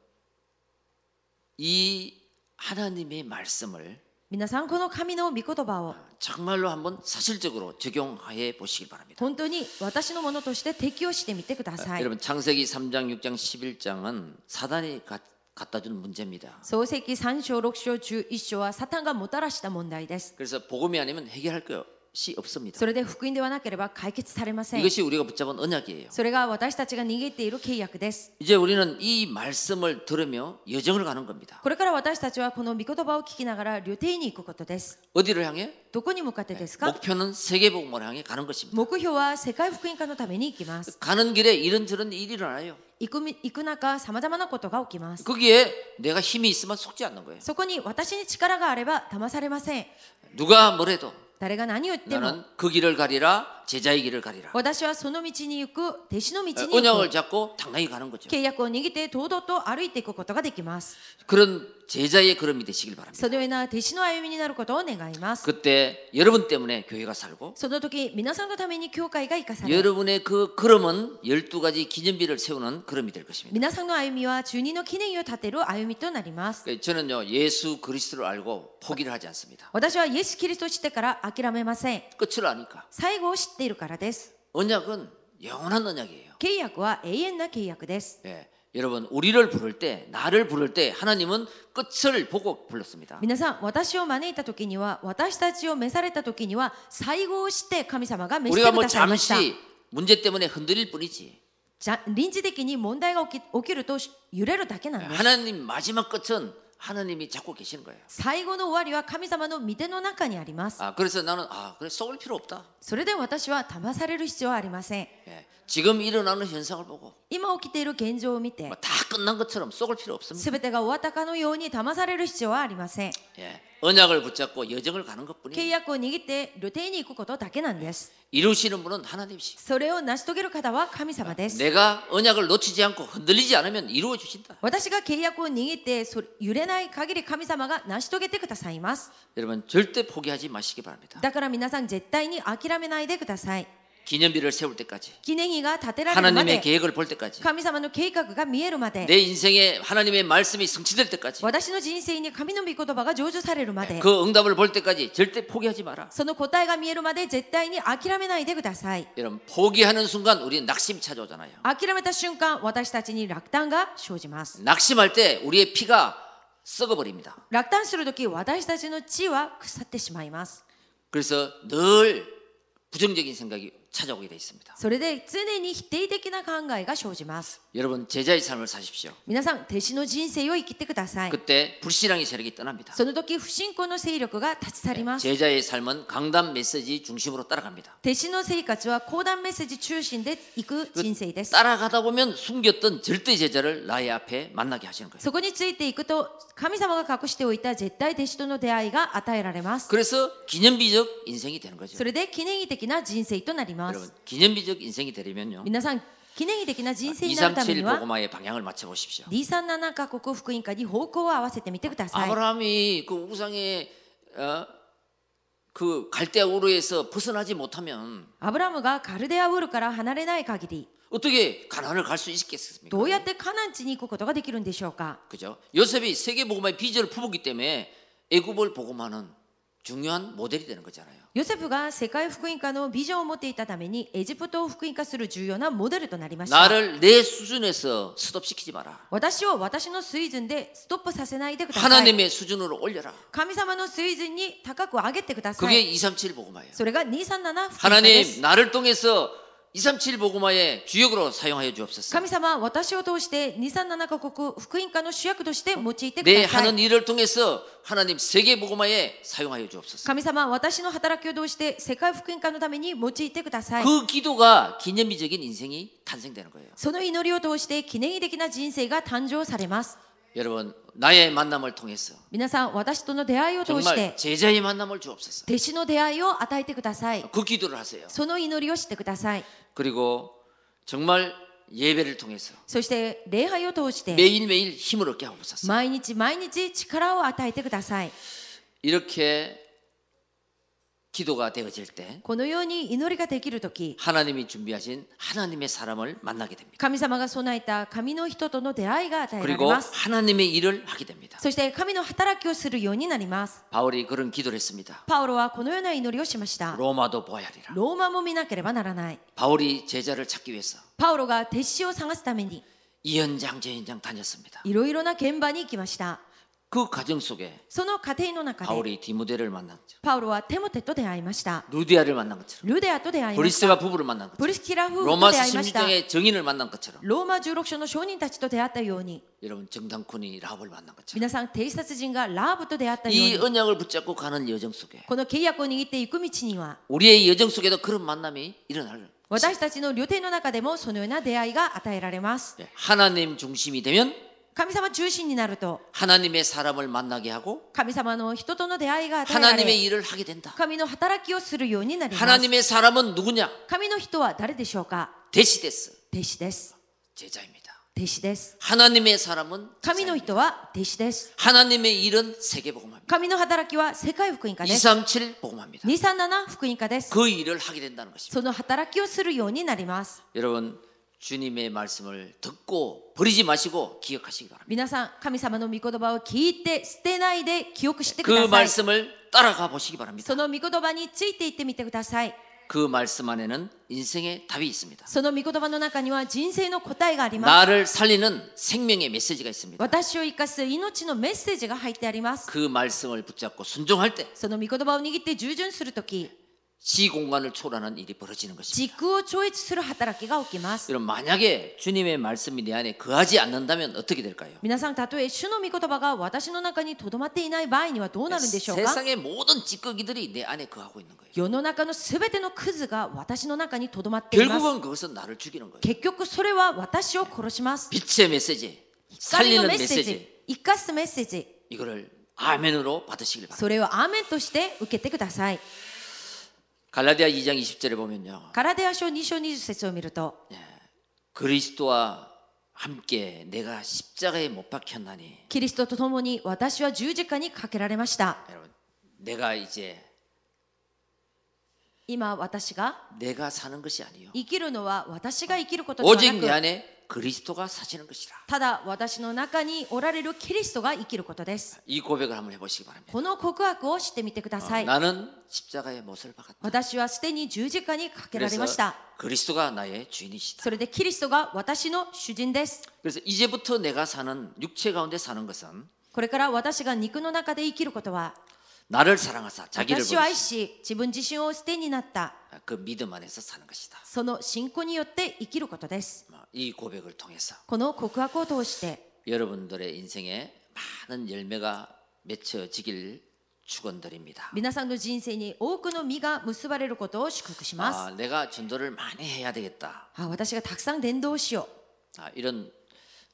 Speaker 1: 이 하나님의 말씀을
Speaker 2: 皆さん、この神の御言葉を
Speaker 1: 정말로 한번 사실적으로 적용해 보시길 바랍니다.
Speaker 2: 本当に私のものとして適用してみてください。
Speaker 1: 여러분 창세기 3장 6장 11장은 사단이 가- 갖다 준 문제입니다.
Speaker 2: 創世記3章6章11章はサタンがもたらした問題です。
Speaker 1: 그래서 복음이 아니면 해결할 것이 없습니다.
Speaker 2: それで福音ではなければ解決されません。
Speaker 1: 이것이 우리가 붙잡은 언약이에요.
Speaker 2: それが私たちが握っている契約です。
Speaker 1: 이제 우리는 이 말씀을 들으며 여정을 가는 겁니다.
Speaker 2: これから私たちはこの御言葉を聞きながら旅程に行くことです。
Speaker 1: 어디를 향해?
Speaker 2: どこに向かってですか
Speaker 1: 목표는 세계복음을 향해 가는 것입니다.
Speaker 2: 目標は世界福音化のために行きます。
Speaker 1: 가는 길에 이런저런 일이 일어나요.
Speaker 2: 行くみ行く中、さまざまなことが起きます。
Speaker 1: 거기에 내가 힘이 있으면 속지 않는 거예요.
Speaker 2: そこに私に力があれば騙されません。
Speaker 1: 누가 뭐래도
Speaker 2: 誰が何を言っても
Speaker 1: 나는 그 길을 가리라 제자의 길을 가리라.
Speaker 2: 私はその道に行く弟子の道に
Speaker 1: 언약을
Speaker 2: 行く
Speaker 1: 잡고 당당히 가는 거죠.
Speaker 2: 契約を握って堂々と歩いていくことができます
Speaker 1: 그런 제자의 걸음이 되시길 바랍니다.
Speaker 2: そのような弟子の歩みになることを願います
Speaker 1: 그때 여러분 때문에 교회가 살고
Speaker 2: その時皆さんのために教会が生かされる
Speaker 1: 여러분의 그 걸음은 12가지 기념비를 세우는 걸음이 될 것입니다.
Speaker 2: 皆さんの歩みは中二の記念を立てる歩みとなります
Speaker 1: 그러니까 저는요 예수 그리스도를 알고 포기를 하지 않습니다.
Speaker 2: 私はイエス・キリストを知ってから諦めません
Speaker 1: 끝을 아니까
Speaker 2: 最後を知っているからです
Speaker 1: 언약은 영원한 언약이에요.
Speaker 2: 契約は永遠な契約です
Speaker 1: 예, 여러분 우리를 부를 때 나를 부를 때 하나님은 끝을 보고 불렀습니다.
Speaker 2: 皆さん私を招いた時には私たちを召された時には最後を知って神様が召して
Speaker 1: 우리가
Speaker 2: く
Speaker 1: 뭐
Speaker 2: ださいました
Speaker 1: 잠시 문제 때문에 흔들릴 뿐이지
Speaker 2: じゃ臨時的に問題が起き起きると揺れるだけなんです
Speaker 1: 하나님 마지막 끝은 하나님이 잡고 계신 거예요.
Speaker 2: 最後の終わりは神様の御手の中にあります
Speaker 1: 아, 그래서 나는 아, 그래 썩을 필요 없다.
Speaker 2: それで私は騙される必要はありません
Speaker 1: 예, 지금 일어나는 현상을 보고
Speaker 2: 今起きている現状を見て
Speaker 1: 뭐다 끝난 것처럼 썩을 필요 없습니다.
Speaker 2: 全てが終わったかのように騙される必要はありません
Speaker 1: 예, 언약을 붙잡고 여정을 가는
Speaker 2: 契
Speaker 1: 것뿐이에요.
Speaker 2: 約を握って露呈に行くことだけなんです
Speaker 1: 이루시는 분은 하나님이시.
Speaker 2: それを成し遂げる方は神様です
Speaker 1: 내가 언약을 놓치지 않고 흔들리지 않으면 이루어 주신다.
Speaker 2: 私が契約を握ってそれ揺れない限り神様が成し遂げてくださいます
Speaker 1: 여러분 절대 포기하지 마시기 바랍니다.
Speaker 2: だから皆さん絶対に諦めないでください
Speaker 1: 기념비를 세울 때까지
Speaker 2: 記念碑が立てられるま
Speaker 1: 하나님의
Speaker 2: で
Speaker 1: 계획을 볼 때까지
Speaker 2: 神様の計画が見えるまで
Speaker 1: 내 인생에 하나님의 말씀이 성취될 때까지
Speaker 2: 私の人生に神の御言葉が成就されるまで
Speaker 1: 그 응답을 볼 때까지 절대 포기하지 마라.
Speaker 2: その答えが見えるまで絶対に諦めないでください
Speaker 1: 여러분 포기하는 순간 우리는 낙심이 찾아오잖아요.
Speaker 2: 諦めた瞬間私たちに落胆が生じます
Speaker 1: 낙심할 때 우리의 피가 썩어버립니다.
Speaker 2: 落胆するとき私たちの地は腐ってしまいます
Speaker 1: 그래서 늘 부정적인 생각이 찾아오게 돼 있습니다.
Speaker 2: それで常に否定的な考えが生じます
Speaker 1: 여러분 제자의 삶을 사십시오.
Speaker 2: 皆さん弟子の人生を生きてください
Speaker 1: 그때 불신앙의 세력이 떠납니다.
Speaker 2: その時不信仰の勢力が立ち去ります。
Speaker 1: 제자의 삶은 강단 메시지 중심으로 따라갑니다.
Speaker 2: 弟子の生活は講談メッセージ中心で行く人生です。
Speaker 1: 따라가다 보면 숨겼던 절대 제자를 나의 앞에 만나게 하시는 거예요.
Speaker 2: そこについていくと神様が隠しておいた絶対弟子との出会いが与えられます。
Speaker 1: 그래서 기념비적 인생이 되는 거죠.
Speaker 2: それで記念碑的な人生となりま
Speaker 1: 여러분
Speaker 2: す。
Speaker 1: 기념비적 인생이 되려면요.
Speaker 2: 皆さん記念碑的な人生になるために
Speaker 1: 237
Speaker 2: は
Speaker 1: 보고마의 방향을 맞춰 보십시오.
Speaker 2: D37 カ国福音会に方向を合わせてみてください。
Speaker 1: 아브라함이 그 우상의 어, 그 갈대 우르에서 벗어나지 못하면
Speaker 2: アブラムがカルデアウールから離れない限り
Speaker 1: 어떻게 가나안을 갈 수 있겠습니까?
Speaker 2: どうやってカナン地に行くことができるんでしょうか
Speaker 1: 그죠? 요셉이 세계 복음화의 비전을 품었기 때문에 애굽을 복음하는 중요한 모델이 되는 거잖아요.
Speaker 2: ヨセフが世界福音化のビジョンを持っていたためにエジプトを福音化する重要なモデルとなりました。
Speaker 1: 나를 내 수준에서 스톱시키지 마라.
Speaker 2: 私を私の水準でストップさせないでください。
Speaker 1: 하나님의 수준으로 올려라.
Speaker 2: 神様の水準に高く上げてくださ
Speaker 1: 그게
Speaker 2: い。
Speaker 1: 237 복음화예요.
Speaker 2: それが237福音化で
Speaker 1: 하나님
Speaker 2: す。
Speaker 1: 나를 통해서 237 복음화의 주역으로 사용하여 주옵소서.
Speaker 2: 神様、私を通して237カ国福音化の主役として用いてく
Speaker 1: 내
Speaker 2: ださ
Speaker 1: 하는
Speaker 2: い。
Speaker 1: 일을 통해서 하나님 세계 복음화에 사용하여 주옵소서.
Speaker 2: 神様、私の働きを通して世界福音化のために用いてください。
Speaker 1: 그 기도가 기념비적인 인생이 탄생되는 거예요.
Speaker 2: その祈りを通して記念碑的な人生が誕生されます。
Speaker 1: 여러분 나의 만남을 통해서
Speaker 2: 皆さん、私との出会いを通して
Speaker 1: 정말 제자의 만남을 주옵소서.
Speaker 2: 弟子の出会いを与えてください。
Speaker 1: 그 기도를 하세요.
Speaker 2: その祈りをしてください。
Speaker 1: 그리고 정말 예배를 통해서
Speaker 2: そして礼拝を通
Speaker 1: 네.
Speaker 2: して、
Speaker 1: 매일매일 힘을 얻게 하옵소서.
Speaker 2: 毎日毎日力を与えてください。
Speaker 1: 이렇게 기도가 되어질 때
Speaker 2: このように祈りができるとき、
Speaker 1: 하나님이 준비하신 하나님의 사람을 만나게 됩니다.
Speaker 2: 神様が備えた神の人との出会いが与えられ
Speaker 1: 그리고
Speaker 2: ます。
Speaker 1: 하나님의 일을 하게 됩니다.
Speaker 2: そして神の働きをするようになります。
Speaker 1: 바울이 그런 기도를 했습니다.
Speaker 2: パウロはこのような祈りをしました。
Speaker 1: 로마도 보아야 하리라.
Speaker 2: ローマも見なければならない。
Speaker 1: 바울이 제자를 찾기 위해서
Speaker 2: パウロが弟子を探すために、
Speaker 1: 이현장 저현장 다녔습니다.
Speaker 2: いろいろな現場に行きました。
Speaker 1: 그 과정 속에
Speaker 2: その過程の中で、
Speaker 1: 바울이 디모데를 만난 것처럼
Speaker 2: パウロはテモテと出会いました。
Speaker 1: 루디아를 만난 것처럼
Speaker 2: ルデアと出会いました。
Speaker 1: 브리스가 네, 부부를 만난
Speaker 2: プ
Speaker 1: 것처럼
Speaker 2: リスキラ夫婦と出
Speaker 1: 로마서
Speaker 2: 会いました。
Speaker 1: 16장의 정인을 만난 것처럼
Speaker 2: ローマ16章の商人たちと出会ったように
Speaker 1: 여러분 정당꾼이 라합을 만난 것처럼
Speaker 2: 皆さん偵察人がラーブと出会ったよ
Speaker 1: 이
Speaker 2: うに
Speaker 1: 언약을 붙잡고 가는 여정 속에
Speaker 2: この契約を握っていく道には
Speaker 1: 우리의 여정 속에도 그런 만남이 일어날
Speaker 2: 私たちの旅程の中でもそのような出会いが与えられます
Speaker 1: 예, 하나님 중심이 네, 되면
Speaker 2: 神様中心になると
Speaker 1: 하나님의 사람을 만나게 하고
Speaker 2: 神様の人との出会いが与えら
Speaker 1: 하나님의
Speaker 2: れ
Speaker 1: 일을 하게 된다.
Speaker 2: 神の働きをするようになります。
Speaker 1: 하나님의 사람은 누구냐?
Speaker 2: 神の人は誰でしょうか
Speaker 1: 대시데스
Speaker 2: 弟子です。
Speaker 1: 제자입니다.
Speaker 2: 弟子です。
Speaker 1: 하나님의 사람은
Speaker 2: 神の
Speaker 1: 제자입니다.
Speaker 2: 人は弟子です。
Speaker 1: 하나님의 일은 세계복음합니다.
Speaker 2: 神の働きは世界福音
Speaker 1: 네.
Speaker 2: 家です。
Speaker 1: 237 복음합니다.
Speaker 2: 237福音家です。
Speaker 1: 그 일을 하게 된다는 것입니다.
Speaker 2: その働きをするようになります。
Speaker 1: 여러분 주님의 말씀을 듣고 버리지 마시고 기억하시기 바랍니다.
Speaker 2: 皆さん、神様の御言葉を聞いて、捨てないで記憶してく
Speaker 1: 그
Speaker 2: ださい。
Speaker 1: 말씀을 따라가 보시기 바랍니다.
Speaker 2: その御言葉についていってみてください。
Speaker 1: 그 말씀 안에는 인생의 답이 있습니다.
Speaker 2: その御言葉の中には人生の答えがあります。
Speaker 1: 나를 살리는 생명의 메시지가 있습니다.
Speaker 2: 私を生かす命のメッセージが入ってあります。
Speaker 1: 그 말씀을 붙잡고 순종할 때
Speaker 2: その御言葉を握って従順するとき、
Speaker 1: 시공간을 초월하는 일이 벌어지는 것입니다.
Speaker 2: 時空を超越する働きが起きます。
Speaker 1: 여러분 만약에 주님의 말씀이 내 안에 거하지 않는다면 어떻게 될까요?
Speaker 2: 皆さん、たとえ主の御言葉が私の中にとどまっていない場合にはどうなるんでしょうか
Speaker 1: 세상의 모든 찌꺼기들이 내 안에 거하고 있는 거예요.
Speaker 2: 世の中のすべてのクズが私の中にとどまっています。
Speaker 1: 결국은 그것은 나를 죽이는 거예요.
Speaker 2: 結局それは私を殺します。
Speaker 1: 빛의 메시지,
Speaker 2: 神の
Speaker 1: 살리는
Speaker 2: メッセージ
Speaker 1: 메시지 、
Speaker 2: 生かすメッセージ、
Speaker 1: 이거를 아멘으로 받으시길 바랍니다.
Speaker 2: それをアーメンとして受けてください。
Speaker 1: 갈라디아 2장 20절에 보면요.
Speaker 2: カラデア書2章20節を見ると、
Speaker 1: 그리스도와 함께 내가 십자가에 못 박혔나니
Speaker 2: キリストと共に私は十字架にかけられました。
Speaker 1: 여러분 내가 이제
Speaker 2: 今私が
Speaker 1: 내가 사는 것이 아니요
Speaker 2: 生きるのは私が生きることで
Speaker 1: 오직
Speaker 2: は
Speaker 1: 내
Speaker 2: なく、
Speaker 1: 안에 그리스도가 사시는 것이라
Speaker 2: ただ私の中におられるキリストが生きることです。
Speaker 1: 이 고백을 한번 해보시기 바랍니다
Speaker 2: この告白をしてみてくだ
Speaker 1: 어,
Speaker 2: さい。
Speaker 1: 나는 십자가에 못을 박았다
Speaker 2: 私はすでに十字架にかけられ
Speaker 1: 그래서
Speaker 2: ました。
Speaker 1: 그리스도가 나의 주인이시다
Speaker 2: それでキリストが私の主人です。
Speaker 1: 그래서 이제부터 내가 사는 육체 가운데 사는 것은
Speaker 2: これから私が肉の中で生きることは、
Speaker 1: 나를 사랑하사 자기를
Speaker 2: 私を愛
Speaker 1: 버리시
Speaker 2: し、自分自身を捨てになった、
Speaker 1: 그 믿음 안에서 사는 것이다
Speaker 2: その信仰によって生きることです。
Speaker 1: 어, 이 고백을 통해서
Speaker 2: この告白を通して、
Speaker 1: 여러분들의 인생에 많은 열매가 맺혀지길 축원드립니다
Speaker 2: 皆さんの人生に多くの実が結ばれることを祝福します。
Speaker 1: 아, 내가 전도를 많이 해야 되겠다
Speaker 2: あ私がたくさん伝道しよう。
Speaker 1: 아, 이런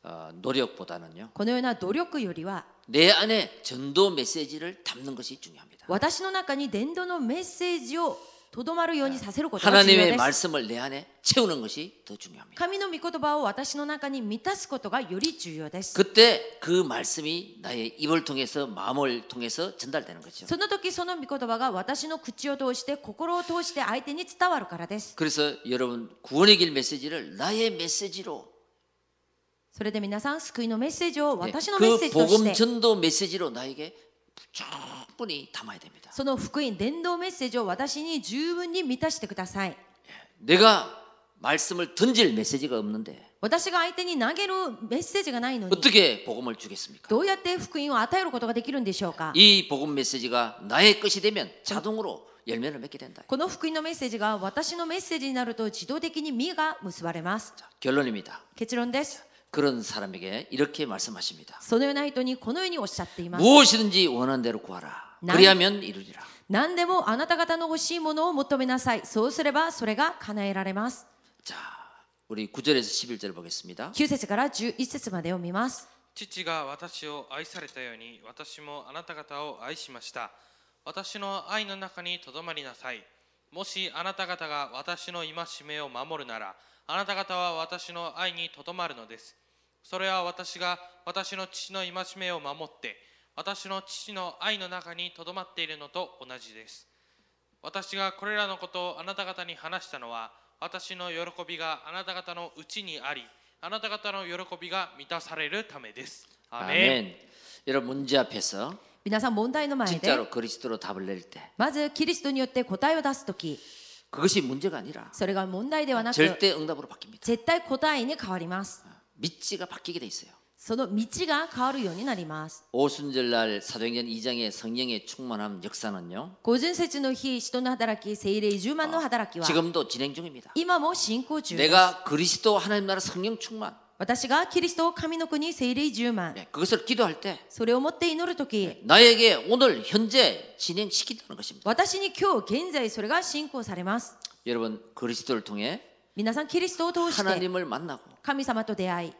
Speaker 1: 어, 노력보다는요
Speaker 2: このような努力よりは、
Speaker 1: 내 안에 전도 메시지를 담는 것이 중요합니다.
Speaker 2: 私の中に伝道のメッセージをとどまるようにさせることが重要
Speaker 1: 하나님의
Speaker 2: です。
Speaker 1: 말씀을 내 안에 채우는 것이 더 중요합니다.
Speaker 2: 神の御言葉を私の中に満たすことがより重要です。
Speaker 1: 그때 그 말씀이 나의 입을 통해서 마음을 통해서 전달되는 거죠.
Speaker 2: その時その御言葉が私の口を通して心を通して相手に伝わるからです。
Speaker 1: 그래서 여러분 구원의 길 메시지를 나의 메시지로
Speaker 2: それで皆さん救いのメッセージを
Speaker 1: 네,
Speaker 2: 私のメッセ
Speaker 1: 그
Speaker 2: ージとし
Speaker 1: 복음
Speaker 2: て
Speaker 1: 전도 메시지로 나에게 충분히 담아야 됩니다.
Speaker 2: その福音伝道メッセージを私に十分に満たしてください。
Speaker 1: 내가 말씀을 던질 메시지가 없는데
Speaker 2: 私が相手に投げるメッセージがないのに
Speaker 1: 어떻게 복음을 주겠습니까?
Speaker 2: どうやって福音を与えることができるんでしょうか
Speaker 1: 이 복음 메시지가 나의 것이 되면 자동으로 열매를 맺게 된다.
Speaker 2: この福音のメッセージが私のメッセージになると自動的に実が結ばれます。
Speaker 1: 자, 결론입니다.
Speaker 2: 結論です。
Speaker 1: 그런 사람에게 이렇게 말씀하십니다.
Speaker 2: そのような人にこのようにおっしゃっています。
Speaker 1: 무엇이든지 원하는 대로 구하라.
Speaker 2: 난-
Speaker 1: 그리하면 이루리라.
Speaker 2: 何でもあなた方の欲しいものを求めなさい。そうすればそれが叶えられます。
Speaker 1: 자, 우리 9절에서 11절 보겠습니다.
Speaker 2: 9節から11節までを見ます。
Speaker 3: 父が私を愛されたように私もあなた方を愛しました私の愛の中にとどまりなさいもしあなた方が私の戒めを守るならあなた方は私の愛にとどまるのですそれは私が私の父の戒めを守って私の父の愛の中にとどまっているのと同じです私がこれらのことをあなた方に話したのは私の喜びがあなた方のうちにありあなた方の喜びが満たされるためですアーメン
Speaker 1: 여러분 문제 앞에서
Speaker 2: 皆さん問題の前で
Speaker 1: 진짜로 그리스도로 답을 낼 때
Speaker 2: まずキリストによって答えを出すとき
Speaker 1: 그것이 문제가 아니라
Speaker 2: それが問題ではなく
Speaker 1: 절대 응답으로 바뀝니다.
Speaker 2: 絶対答えに変わります。
Speaker 1: 믿지가 바뀌게 돼 있어요.
Speaker 2: その道が変わるようになります。
Speaker 1: 오순절날 사도행전 2장의 성령의 충만함 역사는요.
Speaker 2: 五巡節の日、人の働き、精霊十万の働きは、
Speaker 1: 지금도 진행 중입니다.
Speaker 2: 今も進行中です。
Speaker 1: 내가 그리스도 하나님 나라 성령 충만
Speaker 2: 私がキリストを神の国精霊十万、
Speaker 1: 예, 그것을 기도할 때
Speaker 2: それを持って祈るとき、
Speaker 1: 나에게 오늘 현재 진행시킨다는 것입니다.
Speaker 2: 私に今日現在それが進行されます。
Speaker 1: 여러분 그리스도를 통해
Speaker 2: 皆さん、キリストを通して
Speaker 1: 하나님을 만나고
Speaker 2: 神様と出会い、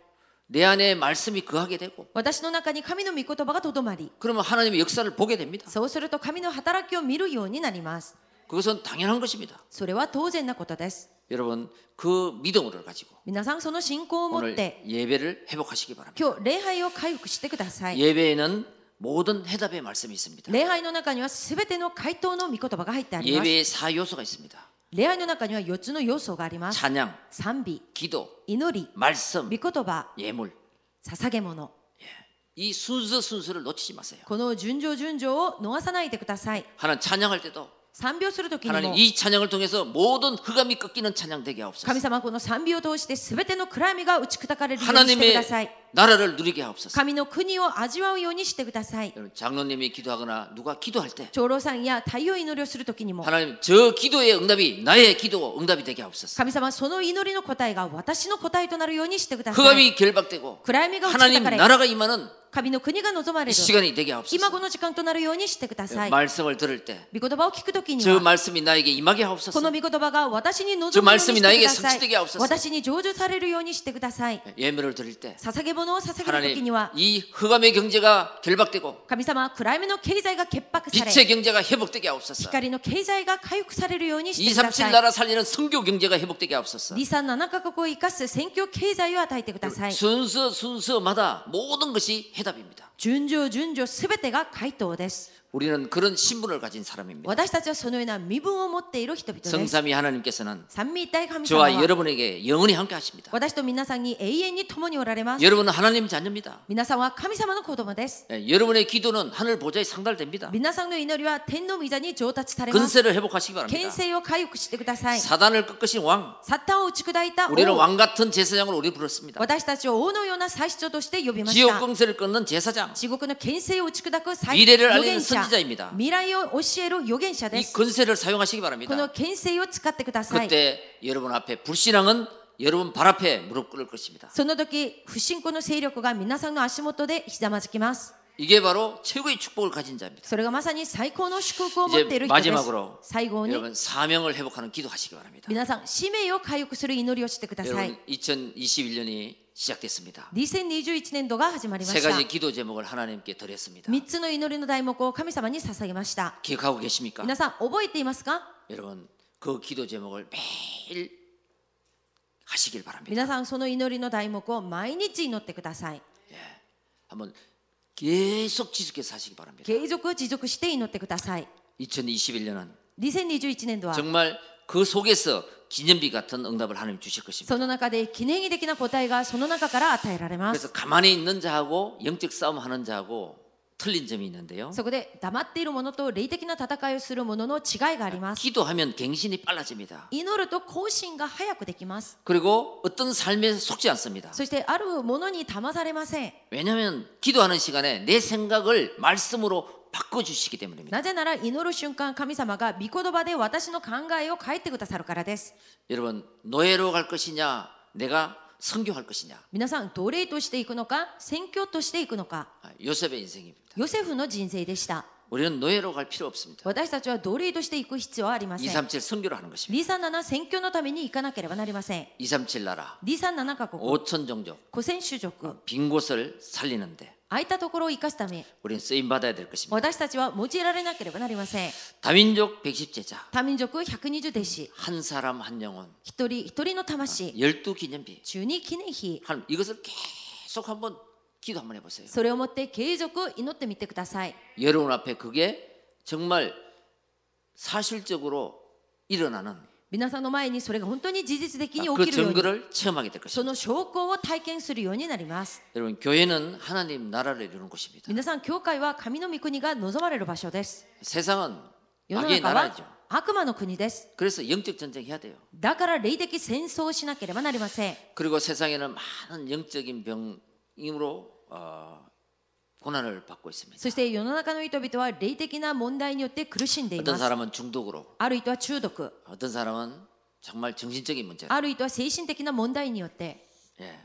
Speaker 1: 내 안에 말씀이 거하게 되고
Speaker 2: 私の中に神の御言葉がとどまり
Speaker 1: 그러면 하나님의 역사를 보게 됩니다.
Speaker 2: そうすると神の働きを見るようになります
Speaker 1: 그것은 당연한 것입니다.
Speaker 2: それは当然なことです
Speaker 1: 여러분 그 믿음을 가지고
Speaker 2: 皆さんその信仰を持っ
Speaker 1: 오늘
Speaker 2: て
Speaker 1: 예배를 회복하시기 바랍니다.
Speaker 2: 今日礼拝を回復してくだ
Speaker 1: 네.
Speaker 2: さい
Speaker 1: 예배에는 모든 해답의 말씀이 있습니다.
Speaker 2: 礼拝の中には全ての回答の御言葉が入ってあります
Speaker 1: 예배의 사 요소가 있습니다.
Speaker 2: 礼拝の中には4つの要素があ
Speaker 1: 아,
Speaker 2: ります
Speaker 1: 찬양,
Speaker 2: 賛美
Speaker 1: 기도,
Speaker 2: 祈り
Speaker 1: 말씀,
Speaker 2: 御言葉
Speaker 1: 예물.
Speaker 2: 捧げ物
Speaker 1: 이 순서 순서를 놓치지 마세요.
Speaker 2: この順序順序を逃さないでください
Speaker 1: 하나님 찬양할 때도
Speaker 2: 賛美をするときに
Speaker 1: 하나님
Speaker 2: も
Speaker 1: 이 찬양을 통해서 모든 흑암이 꺾이는 찬양 되게 하옵소서.
Speaker 2: 神様はこの賛美を通して全ての暗闇が打ち砕かれるようにしてく
Speaker 1: 하나님의
Speaker 2: ださい
Speaker 1: 나라를 누리게 하옵소서.
Speaker 2: 神の国を味わうようにしてください
Speaker 1: 여러분 장로님이 기도하거나 누가 기도할 때
Speaker 2: 長老さんや太陽祈りをするときにも
Speaker 1: 하나님 저 기도의 응답이 나의 기도 응답이 되게 하옵소서.
Speaker 2: 神様はその祈りの答えが私の答えとなるようにしてください
Speaker 1: 흑암이 결박되고
Speaker 2: 暗闇が打ち砕
Speaker 1: 하나님
Speaker 2: かれ
Speaker 1: 나라가 임하는
Speaker 2: 神の国が望ま
Speaker 1: 이
Speaker 2: れる
Speaker 1: 시간이 되게
Speaker 2: 今
Speaker 1: 하옵소서.
Speaker 2: この時間となるようにしてください御
Speaker 1: 말씀을 들을 때 저
Speaker 2: 言葉を聞くときには
Speaker 1: 말씀이 나에게 임하게
Speaker 2: こ
Speaker 1: 하옵소서.
Speaker 2: の御言葉が私に
Speaker 1: 저
Speaker 2: 望むようにし
Speaker 1: 말씀이 나에게
Speaker 2: てくださ
Speaker 1: 성취되게하옵소서
Speaker 2: い私に成就されるようにしてください
Speaker 1: 예물을 드릴 때
Speaker 2: 捧げ物を捧げるときに
Speaker 1: 하나님
Speaker 2: は
Speaker 1: 이 흑암의 경제가 결박되고
Speaker 2: 神様は暗闇の経済が潔白され
Speaker 1: 빛의 경제가 회복되게 하옵소서.
Speaker 2: 光の経済が回復されるようにしてくだ
Speaker 1: 237
Speaker 2: さい
Speaker 1: 나라 살리는 성교 경제가 회복되게 하옵소서.
Speaker 2: 237カ国を生かす選挙経済を与えてください
Speaker 1: 순서 순서마다 모든 것이 해답입니다.
Speaker 2: 順序順序すべてが回答です
Speaker 1: 우리는 그런 신분을 가진 사람입니다.
Speaker 2: 私たちはそのような身分を持っている人々です。
Speaker 1: 성삼위 하나님께서는
Speaker 2: 三位一体神様
Speaker 1: 저와
Speaker 2: は
Speaker 1: 여러분에게 영원히 함께 하십니다.
Speaker 2: 私と皆さんに永遠に共におられます。
Speaker 1: 여러분은 하나님 자녀입니다.
Speaker 2: 皆さんは神様の子供です。
Speaker 1: 예, 여러분의 기도는 하늘 보좌에 상달됩니다.
Speaker 2: 皆さんの祈りは天の御座に上達されます。
Speaker 1: 근세를 회복하시기
Speaker 2: 権
Speaker 1: 바랍니다.
Speaker 2: 勢を回復してください。
Speaker 1: 사단을 꺾으신 왕,
Speaker 2: サッタンを打ち砕いた
Speaker 1: 우리는
Speaker 2: 王、
Speaker 1: 왕 같은 제사장을 우리 부릅니다.
Speaker 2: 私たちを王のような最長として呼びまし
Speaker 1: 지옥
Speaker 2: た。
Speaker 1: 근세를 끊는 제사장,
Speaker 2: 地獄の権勢を打ち砕く最
Speaker 1: 미래를알리는
Speaker 2: 預言者
Speaker 1: 선지자입니다
Speaker 2: 未来を教える預言者で
Speaker 1: 이
Speaker 2: す。
Speaker 1: 근세를 사용하시기
Speaker 2: こ
Speaker 1: 바랍니다.
Speaker 2: の権勢を使ってください。
Speaker 1: 그때 여러분 앞에 불신앙은 여러분 발 앞에 무릎 꿇을 것입니다.
Speaker 2: その時、不信仰の勢力が皆さんの足元でひざまずきます。
Speaker 1: 이게 바로 최고의 축복을 가진 자입니다.
Speaker 2: それがまさに最高の祝福を持っている人
Speaker 1: 이제
Speaker 2: で
Speaker 1: 마지막
Speaker 2: す
Speaker 1: 으로 。
Speaker 2: 最後に
Speaker 1: 여러분 사명을 회복하는 기도하시기 바랍니다.
Speaker 2: 皆さん、使命を回復する祈りをしてください。
Speaker 1: 여러분 2021년이 시작됐습니다.
Speaker 2: 2021年度が始まりま
Speaker 1: 세
Speaker 2: した。
Speaker 1: 가지 기도 제목을 하나님께 드렸습니다.
Speaker 2: 3つの祈りの題目を神様に捧げました。
Speaker 1: 기억하고 계십니까?
Speaker 2: 皆さん、覚えていますか
Speaker 1: 여러분 그 기도 제목을 매일 하시길 바랍니다.
Speaker 2: 皆さん、その祈りの題目を毎日祈ってください。
Speaker 1: 예. 한번 계속 지속해서 하시기 바랍니다.
Speaker 2: 継続、持続して祈ってください。
Speaker 1: 2021년은
Speaker 2: 2021年度は、
Speaker 1: 정말 그 속에서 기념비 같은 응답을 하나님 주실 것입니다.
Speaker 2: その中で記念碑的な答えがその中から与えられます。
Speaker 1: 그래서 가만히 있는 자하고 영적 싸움 하는 자하고 틀린 점이 있는데요.
Speaker 2: そこで黙っているものと霊的な戦いをするものの違いがあります。
Speaker 1: 기도하면 갱신이 빨라집니다.
Speaker 2: 祈ると更新が早くできます。
Speaker 1: 그리고 어떤 삶에 속지 않습니다.
Speaker 2: そしてあるものに騙されません。
Speaker 1: 왜냐하면 기도하는 시간에 내 생각을 말씀으로 바꿔주시기 때문입니다.
Speaker 2: なぜなら祈る瞬間神様が御言葉で私の考えを変えてくださるからです。
Speaker 1: 여러분 노예로 갈 것이냐 내가 성교할 것이냐
Speaker 2: 皆さん奴隷としていくのか宣教としていくのか
Speaker 1: 아, 요셉의 인생입니다.
Speaker 2: ヨセフの人生でした。
Speaker 1: 우리는 노예로 갈 필요 없습니다.
Speaker 2: 私たちは奴隷としていく必要はありません。
Speaker 1: 237 성교를 하는 것입니다.
Speaker 2: 237宣教のために行かなければなりません。
Speaker 1: 237 나라
Speaker 2: 237カ国、
Speaker 1: 5천 종족
Speaker 2: 古戦種族、
Speaker 1: 빈 곳을 살리는데
Speaker 2: 空いたところを生かすため
Speaker 1: 우리는 쓰임 받아야 될 것입니다.
Speaker 2: 私たちは用いられなければなりません。
Speaker 1: 다민족 110 제자
Speaker 2: 多民族120弟子、
Speaker 1: 한 사람 한 영혼
Speaker 2: 一人一人の魂、
Speaker 1: 12 기념비
Speaker 2: 中に記念碑、
Speaker 1: 하나님 이것을 계속 한번 기도 한번 해보세요.
Speaker 2: それをもって継続祈ってみてください。
Speaker 1: 여러분 앞에 그게 정말 사실적으로 일어나는
Speaker 2: 皆さんの前にそれが本当に事実的に起
Speaker 1: 그
Speaker 2: きるように
Speaker 1: 증거를 체험하게 될
Speaker 2: そ
Speaker 1: 것입니다.
Speaker 2: の証拠を体験するようになります。
Speaker 1: 여러분 교회는 하나님 나라를 이루는 곳입니다.
Speaker 2: 皆さん、教会は神の御国が望まれる場所です。
Speaker 1: 세상은
Speaker 2: 世の
Speaker 1: 악의
Speaker 2: 中は
Speaker 1: 나라죠.
Speaker 2: 悪魔の国です。
Speaker 1: 그래서 영적 전쟁 해야 돼요.
Speaker 2: だから霊的戦争をしなければなりません。
Speaker 1: 그리고 세상에는 많은 영적인 병으로 어, 고난을 받고 있습니다.
Speaker 2: そして世の中の人々は霊的な問題によって苦しんでいま
Speaker 1: 어떤
Speaker 2: す。
Speaker 1: 사람은 중독으로,
Speaker 2: ある人は中毒、
Speaker 1: 어떤 사람은 정말 정신적인 문제로.
Speaker 2: ある人は精神的な問題によって、
Speaker 1: 예.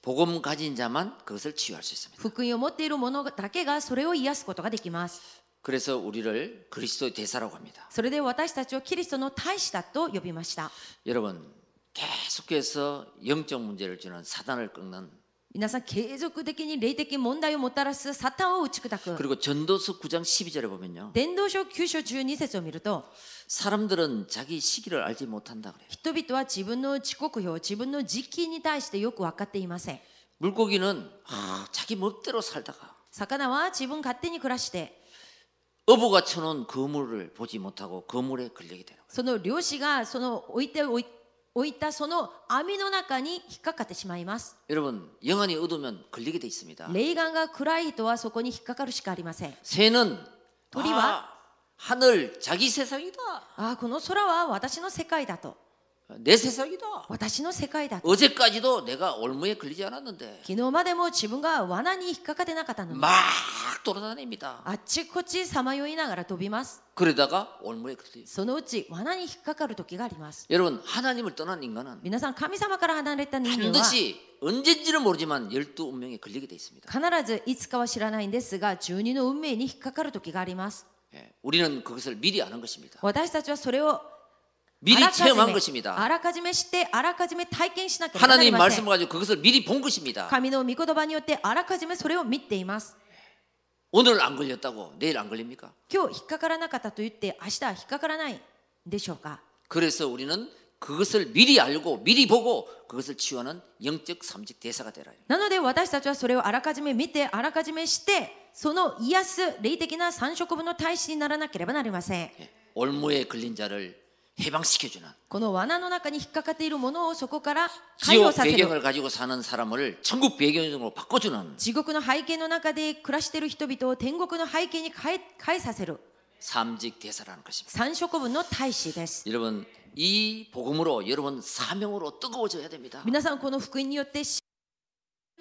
Speaker 1: 복음 가진 자만 그것을 치유할 수 있습니다.
Speaker 2: 福音を持っている者だけがそれを癒すことができます。
Speaker 1: 그래서 우리를 그리스도의 대사라고 합니다.
Speaker 2: それで私たちをキリストの大使だと呼びました。
Speaker 1: 여러분 계속해서 영적 문제를 주는 사단을 꺾는
Speaker 2: 皆さん継続的に霊的問題をもたらすサタンを打ち砕く
Speaker 1: 그리고 전도서 9장 12절에 보면요.
Speaker 2: 伝道書9章12節を見ると
Speaker 1: 사람들은 자기 시기를 알지 못한다 그래요.
Speaker 2: 人々は自分の時刻表自分の時期に対してよく分かっていません
Speaker 1: 물고기는 아, 자기 멋대로 살다가
Speaker 2: 魚は自分勝手に暮らして
Speaker 1: 어부가 쳐놓은 거물을 보지 못하고 거물에 걸리게 되는 거예요.
Speaker 2: その漁師がその置いておい置いたその網の中に引っかかってしまいます
Speaker 1: 여러분 영안이 어두면 걸리게 돼 있습니다.
Speaker 2: 霊眼が暗い人はそこに引っかかるしかありません
Speaker 1: 새는
Speaker 2: 우리와?
Speaker 1: 아, 하늘 자기 세상이다.
Speaker 2: ああこの空は私の世界だと
Speaker 1: 내 세상이다.
Speaker 2: 私の世界だと
Speaker 1: 어제까지도 내가 올무에 걸리지 않았는데
Speaker 2: 昨日までも自分が罠に引っかかってなかったのに
Speaker 1: 막 돌아다닙니다.
Speaker 2: あっちこっちさまよいながら飛びます
Speaker 1: 그러다가 올무에 걸리.
Speaker 2: そのうち罠に引っかかる時があります
Speaker 1: 여러분 하나님을 떠난 인간은
Speaker 2: 皆さん神様から離れた人間は
Speaker 1: 반드시 언제인지는 모르지만 열두 운명에 걸리게 돼 있습니다.
Speaker 2: 必ずいつかは知らないんですが12の運命に引っかかる時があります
Speaker 1: 예, 우리는 그것을 미리 아는 것입니다.
Speaker 2: 私たちはそれを
Speaker 1: 미리
Speaker 2: あらかじめ
Speaker 1: 체험한 것입니다.
Speaker 2: あらかじめしてあらかじめ体験しなければなり
Speaker 1: 하나님
Speaker 2: ませ
Speaker 1: 말씀
Speaker 2: ん
Speaker 1: 가지고 그것을 미리 본 것입니다.
Speaker 2: 神の御言葉によってあらかじめそれを見ています
Speaker 1: 오늘 안 걸렸다고 내일 안 걸립니까?
Speaker 2: 今日引っかからなかったと言って明日は引っかからないんでしょうか
Speaker 1: 그래서 우리는 그것을 미리 알고 미리 보고 그것을 치유하는 영적 삼직 대사가 되라.
Speaker 2: なので私たちはそれをあらかじめ見てあらかじめしてその癒す霊的な三色分の大使にならなければなりません
Speaker 1: 예, 올무에 걸린 자를 해방시켜주는
Speaker 2: この罠の中に引っかかっているものをそこから解放
Speaker 1: 지옥
Speaker 2: させる
Speaker 1: 배경을 가지고 사는 사람을 천국 배경으로 바꿔주는
Speaker 2: 地獄の背景の中で暮らしている人々を天国の背景に変え変えさせる
Speaker 1: 삼직 대사라는 것입니다.
Speaker 2: 三色分の大使です
Speaker 1: 여러분 이 복음으로 여러분 사명으로 뜨거워져야 됩니다.
Speaker 2: 皆さんこの福音によって死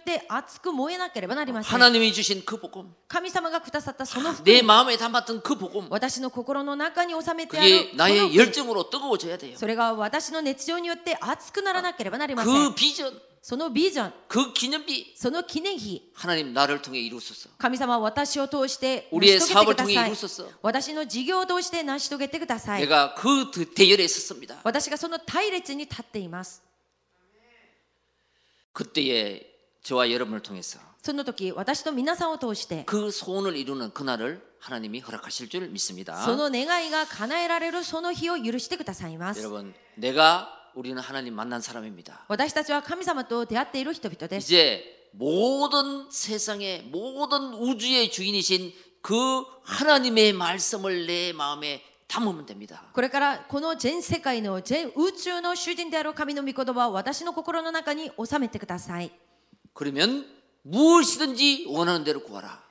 Speaker 2: で熱く燃えなければなりません
Speaker 1: 하나님이 주신 그 복음,
Speaker 2: 神様がくださったその福
Speaker 1: 내
Speaker 2: 音
Speaker 1: 마음에 담았던 그 복음,
Speaker 2: 私の心の中に収めてある
Speaker 1: 그게
Speaker 2: この
Speaker 1: 나의 열정으로 뜨거워져야 돼요. 그
Speaker 2: それが私の熱情によって熱くならなければなりません
Speaker 1: 그 비전,
Speaker 2: そのビジョン
Speaker 1: 그 기념비
Speaker 2: その記念碑
Speaker 1: 하나님 나를 통해 이루소서.
Speaker 2: 神様は私を通して成
Speaker 1: 우리의 아,
Speaker 2: し遂げて
Speaker 1: 사업을
Speaker 2: くだ
Speaker 1: 통해
Speaker 2: さい
Speaker 1: 이루소서.
Speaker 2: 私の事業を通して成し遂げてください
Speaker 1: 내가 그 드- 대열에 섰습니다.
Speaker 2: 私がその隊列に立っています
Speaker 1: 그때에 저와 여러분을 통해서
Speaker 2: その時私と皆さんを通して
Speaker 1: 그 소원을 이루는 그날을 하나님이 허락하실 줄 믿습니다.
Speaker 2: その願いが叶えられるその日を許してくださいます
Speaker 1: 여러분, 내가 우리는 하나님 만난 사람입니다.
Speaker 2: 私たちは神様と出会っている人々です
Speaker 1: 이제 모든 세상의 모든 우주의 주인이신 그 하나님의 말씀을 내 마음에 담으면 됩니다.
Speaker 2: これからこの全世界の全宇宙の主人である神の御言葉を私の心の中に収めてください
Speaker 1: 그러면 무엇이든지 원하는 대로 구하라.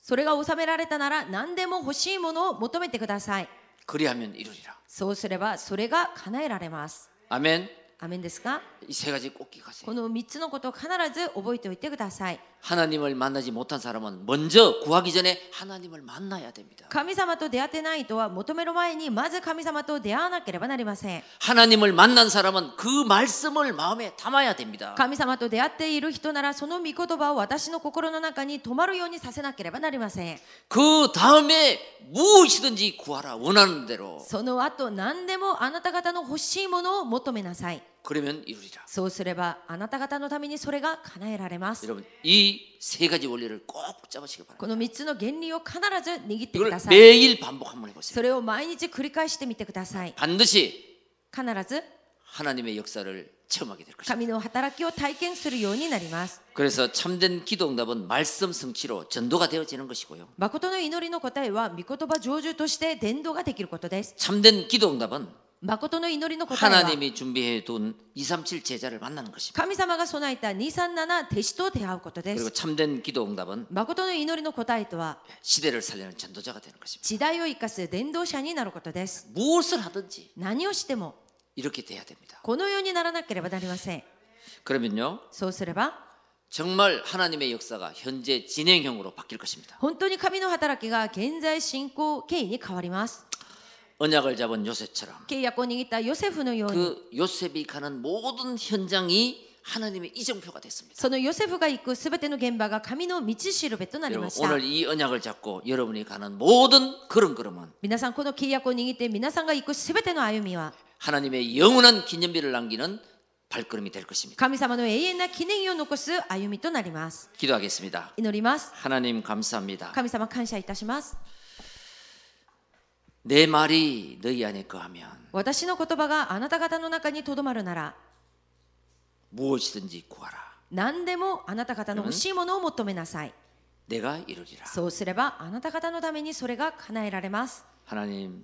Speaker 2: それが収められたなら何でも欲しいものを求めてください
Speaker 1: 그리하면 이루리라.
Speaker 2: そうすればそれが叶えられます
Speaker 1: 아멘.
Speaker 2: アメンですか
Speaker 1: 이 세 가지 꼭 기억하세요.
Speaker 2: この3つのことを必ず覚えておいてください
Speaker 1: 하나님을 만나지 못한 사람은 먼저 구하기 전에 하나님을 만나야 됩니다.
Speaker 2: 神様と出会ってない人は求める前にまず神様と出会わなければなりません
Speaker 1: 하나님을 만난 사람은 그 말씀을 마음에 담아야 됩니다.
Speaker 2: 神様と出会っている人ならその御言葉を私の心の中に止まるようにさせなければなりません
Speaker 1: 그 다음에 무엇이든지 구하라 원하는 대로
Speaker 2: その後何でもあなた方の欲しいものを求めなさい
Speaker 1: 그러면 이루리라.
Speaker 2: そうすればあなた方のためにそれが叶えられます
Speaker 1: 여러분 이 세 가지 원리를 꼭 잡으시기
Speaker 2: こ
Speaker 1: 바랍니다.
Speaker 2: の3つの原理を必ず握ってく
Speaker 1: 이걸
Speaker 2: ださい
Speaker 1: 매일 반복 한번 해보세요.
Speaker 2: それを毎日繰り返してみてください
Speaker 1: 반드시
Speaker 2: 必ず
Speaker 1: 하나님의 역사를 체험하게 될 것입니다.
Speaker 2: 神の働きを体験するようになります
Speaker 1: 그래서 참된 기도 응답은 말씀 성취로 전도가 되어지는 것이고요.
Speaker 2: 誠の祈りの答えは御言葉成就として伝道ができることです
Speaker 1: 참된 기도 응답은
Speaker 2: 誠の祈りの答えは
Speaker 1: 하나님이 준비해 둔237 제자를 만나는 것입니다.
Speaker 2: 神様が備えた237弟子と出会うことで
Speaker 1: 그리고
Speaker 2: す
Speaker 1: 참된 기도 응답은
Speaker 2: 誠の祈りの答えとは
Speaker 1: 시대를 살리는 전도자가 되는 것입니다.
Speaker 2: 時代を生かす伝道者になることです
Speaker 1: 무엇을 하든지
Speaker 2: 何をしても
Speaker 1: 이렇게 돼야 됩니다.
Speaker 2: このようにならなければなりません
Speaker 1: 그러면요.
Speaker 2: そうすれば
Speaker 1: 정말 하나님의 역사가 현재 진행형으로 바뀔 것입니다.
Speaker 2: 本当に神の働きが現在進行形に変わります
Speaker 1: 언약을 잡은 요셉처럼
Speaker 2: 契約を握ったヨセフのように
Speaker 1: 그 요셉이 가는 모든 현장이 하나님의 이정표가 됐습니다.
Speaker 2: そのヨセフが行くすべての現場が神の道しるべとなり
Speaker 1: 여러분
Speaker 2: ました
Speaker 1: 오늘 이 언약을 잡고 여러분이 가는 모든 그런 걸음은
Speaker 2: 皆さんこの契約を握って皆さんが行くすべての歩みは
Speaker 1: 하나님의 영원한 기념비를 남기는 발걸음이 될 것입니다.
Speaker 2: 神様の永遠な記念を残す歩みとなります
Speaker 1: 기도하겠습니다.
Speaker 2: 祈ります
Speaker 1: 하나님 감사합니다.
Speaker 2: 神様感謝いたします
Speaker 1: 내 말이 너희 안에 거하면
Speaker 2: 私の言葉があなた方の中にとどまるなら
Speaker 1: 무엇이든지 구하라.
Speaker 2: 何でもあなた方の欲しいものを求めなさい
Speaker 1: 내가 이루리라.
Speaker 2: そうすればあなた方のためにそれが叶えられます
Speaker 1: 하나님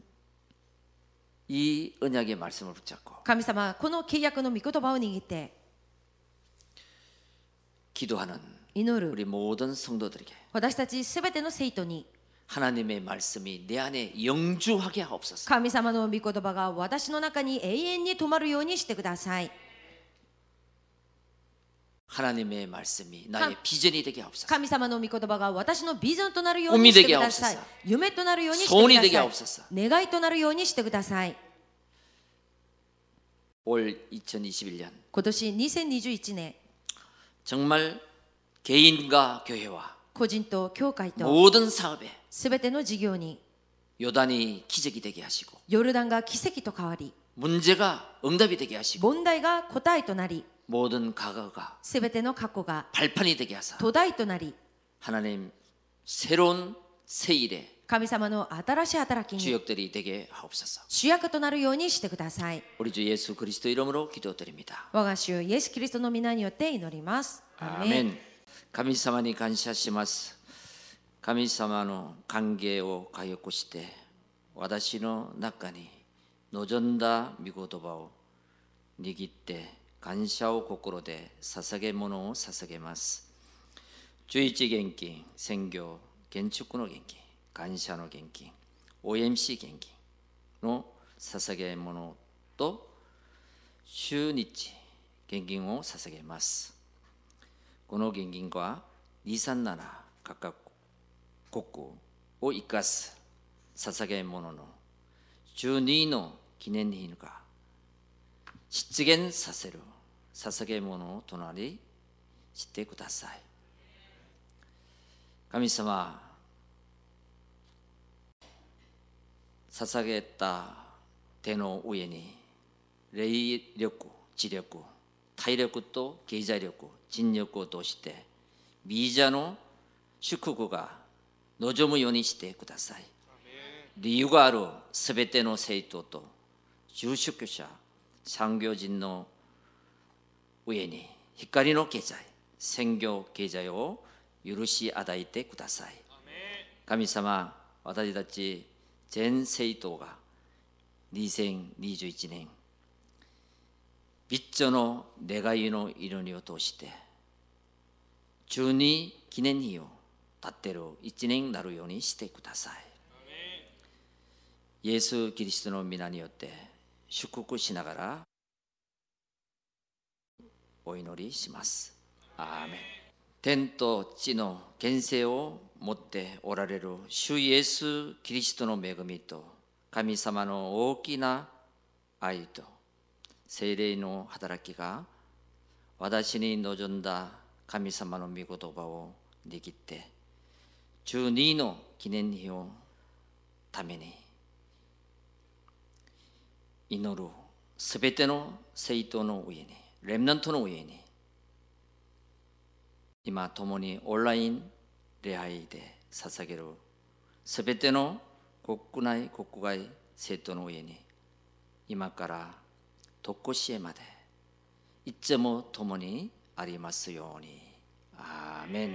Speaker 1: 이 언약의 말씀을 붙잡고
Speaker 2: 神様この契約の御言葉を握って
Speaker 1: 기도하는
Speaker 2: 祈る
Speaker 1: 우리 모든 성도들에게
Speaker 2: 私たちすべての生徒に
Speaker 1: 하나님의 말씀이 내 안에 영주하게 하옵소서.
Speaker 2: 神様の御言葉が私の中に永遠に止まるようにしてください
Speaker 1: 하나님의 말씀이 나의 비전이 되게 하옵소서.
Speaker 2: 神様の御言葉が私のビジョンとなるようにしてください
Speaker 1: 海で
Speaker 2: 夢となるようにして
Speaker 1: 소원이되게
Speaker 2: くだ
Speaker 1: 하옵소서
Speaker 2: さい願いとなるようにしてください
Speaker 1: 올 2021년
Speaker 2: 今年2021年
Speaker 1: 정말 개인과 교회와
Speaker 2: 個人と教会
Speaker 1: 네.
Speaker 2: と
Speaker 1: 모든 사업에
Speaker 2: すべての事業に
Speaker 1: 요단이 기적이 되게 하시고
Speaker 2: ヨルダンが奇跡と変わり
Speaker 1: 문제가 응답이 되게 하시고
Speaker 2: 問題が答えとなり
Speaker 1: 모든 과거가
Speaker 2: すべての過去が
Speaker 1: 발판이 되게 하사
Speaker 2: 土台となり
Speaker 1: 하나님 새로운 새 일에
Speaker 2: 神様の新しい働
Speaker 1: 네.
Speaker 2: きに
Speaker 1: 주역들이 되게 하옵소서.
Speaker 2: 主役となるようにしてください
Speaker 1: 우리 주 예수 그리스도 이름으로 기도드립니다.
Speaker 2: 我が主イエス・キリストの皆によって祈りますアーメン
Speaker 1: 아멘. 감사하니 감사시마스. 神様の歓迎を回復して私の中に望んだ御言葉を握って感謝を心で捧げ物を捧げます十一元金宣教建築の元金感謝の元金 OMC 元金の捧げ物と週日献金を捧げますこの現金は237各国を生かす捧げ物の12の記念品が実現させる捧げ物となりしてください。神様、捧げた手の上に霊力、知力、体力と経済力、尽力を通して、ビザの祝福が望むようにしてください。理由があるすべての生徒と住職者、産業人の上に光の経済、専業経済を許し与えてください。神様、私たち全生徒が2021年、ビッチョの願いの祈りを通して、中に記念日を立ってる一年になるようにしてください。イエス・キリストの皆によって祝福しながらお祈りします。アーメン天と地の現世を持っておられる主イエス・キリストの恵みと神様の大きな愛と精霊の働きが私に望んだ神様の御言葉を握って12の記念日をために祈るすべての生徒の上にレムナントの上に今共にオンライン礼拝で捧げるすべての国内国外生徒の上に今から特しへまでいつも共にありますように。アーメン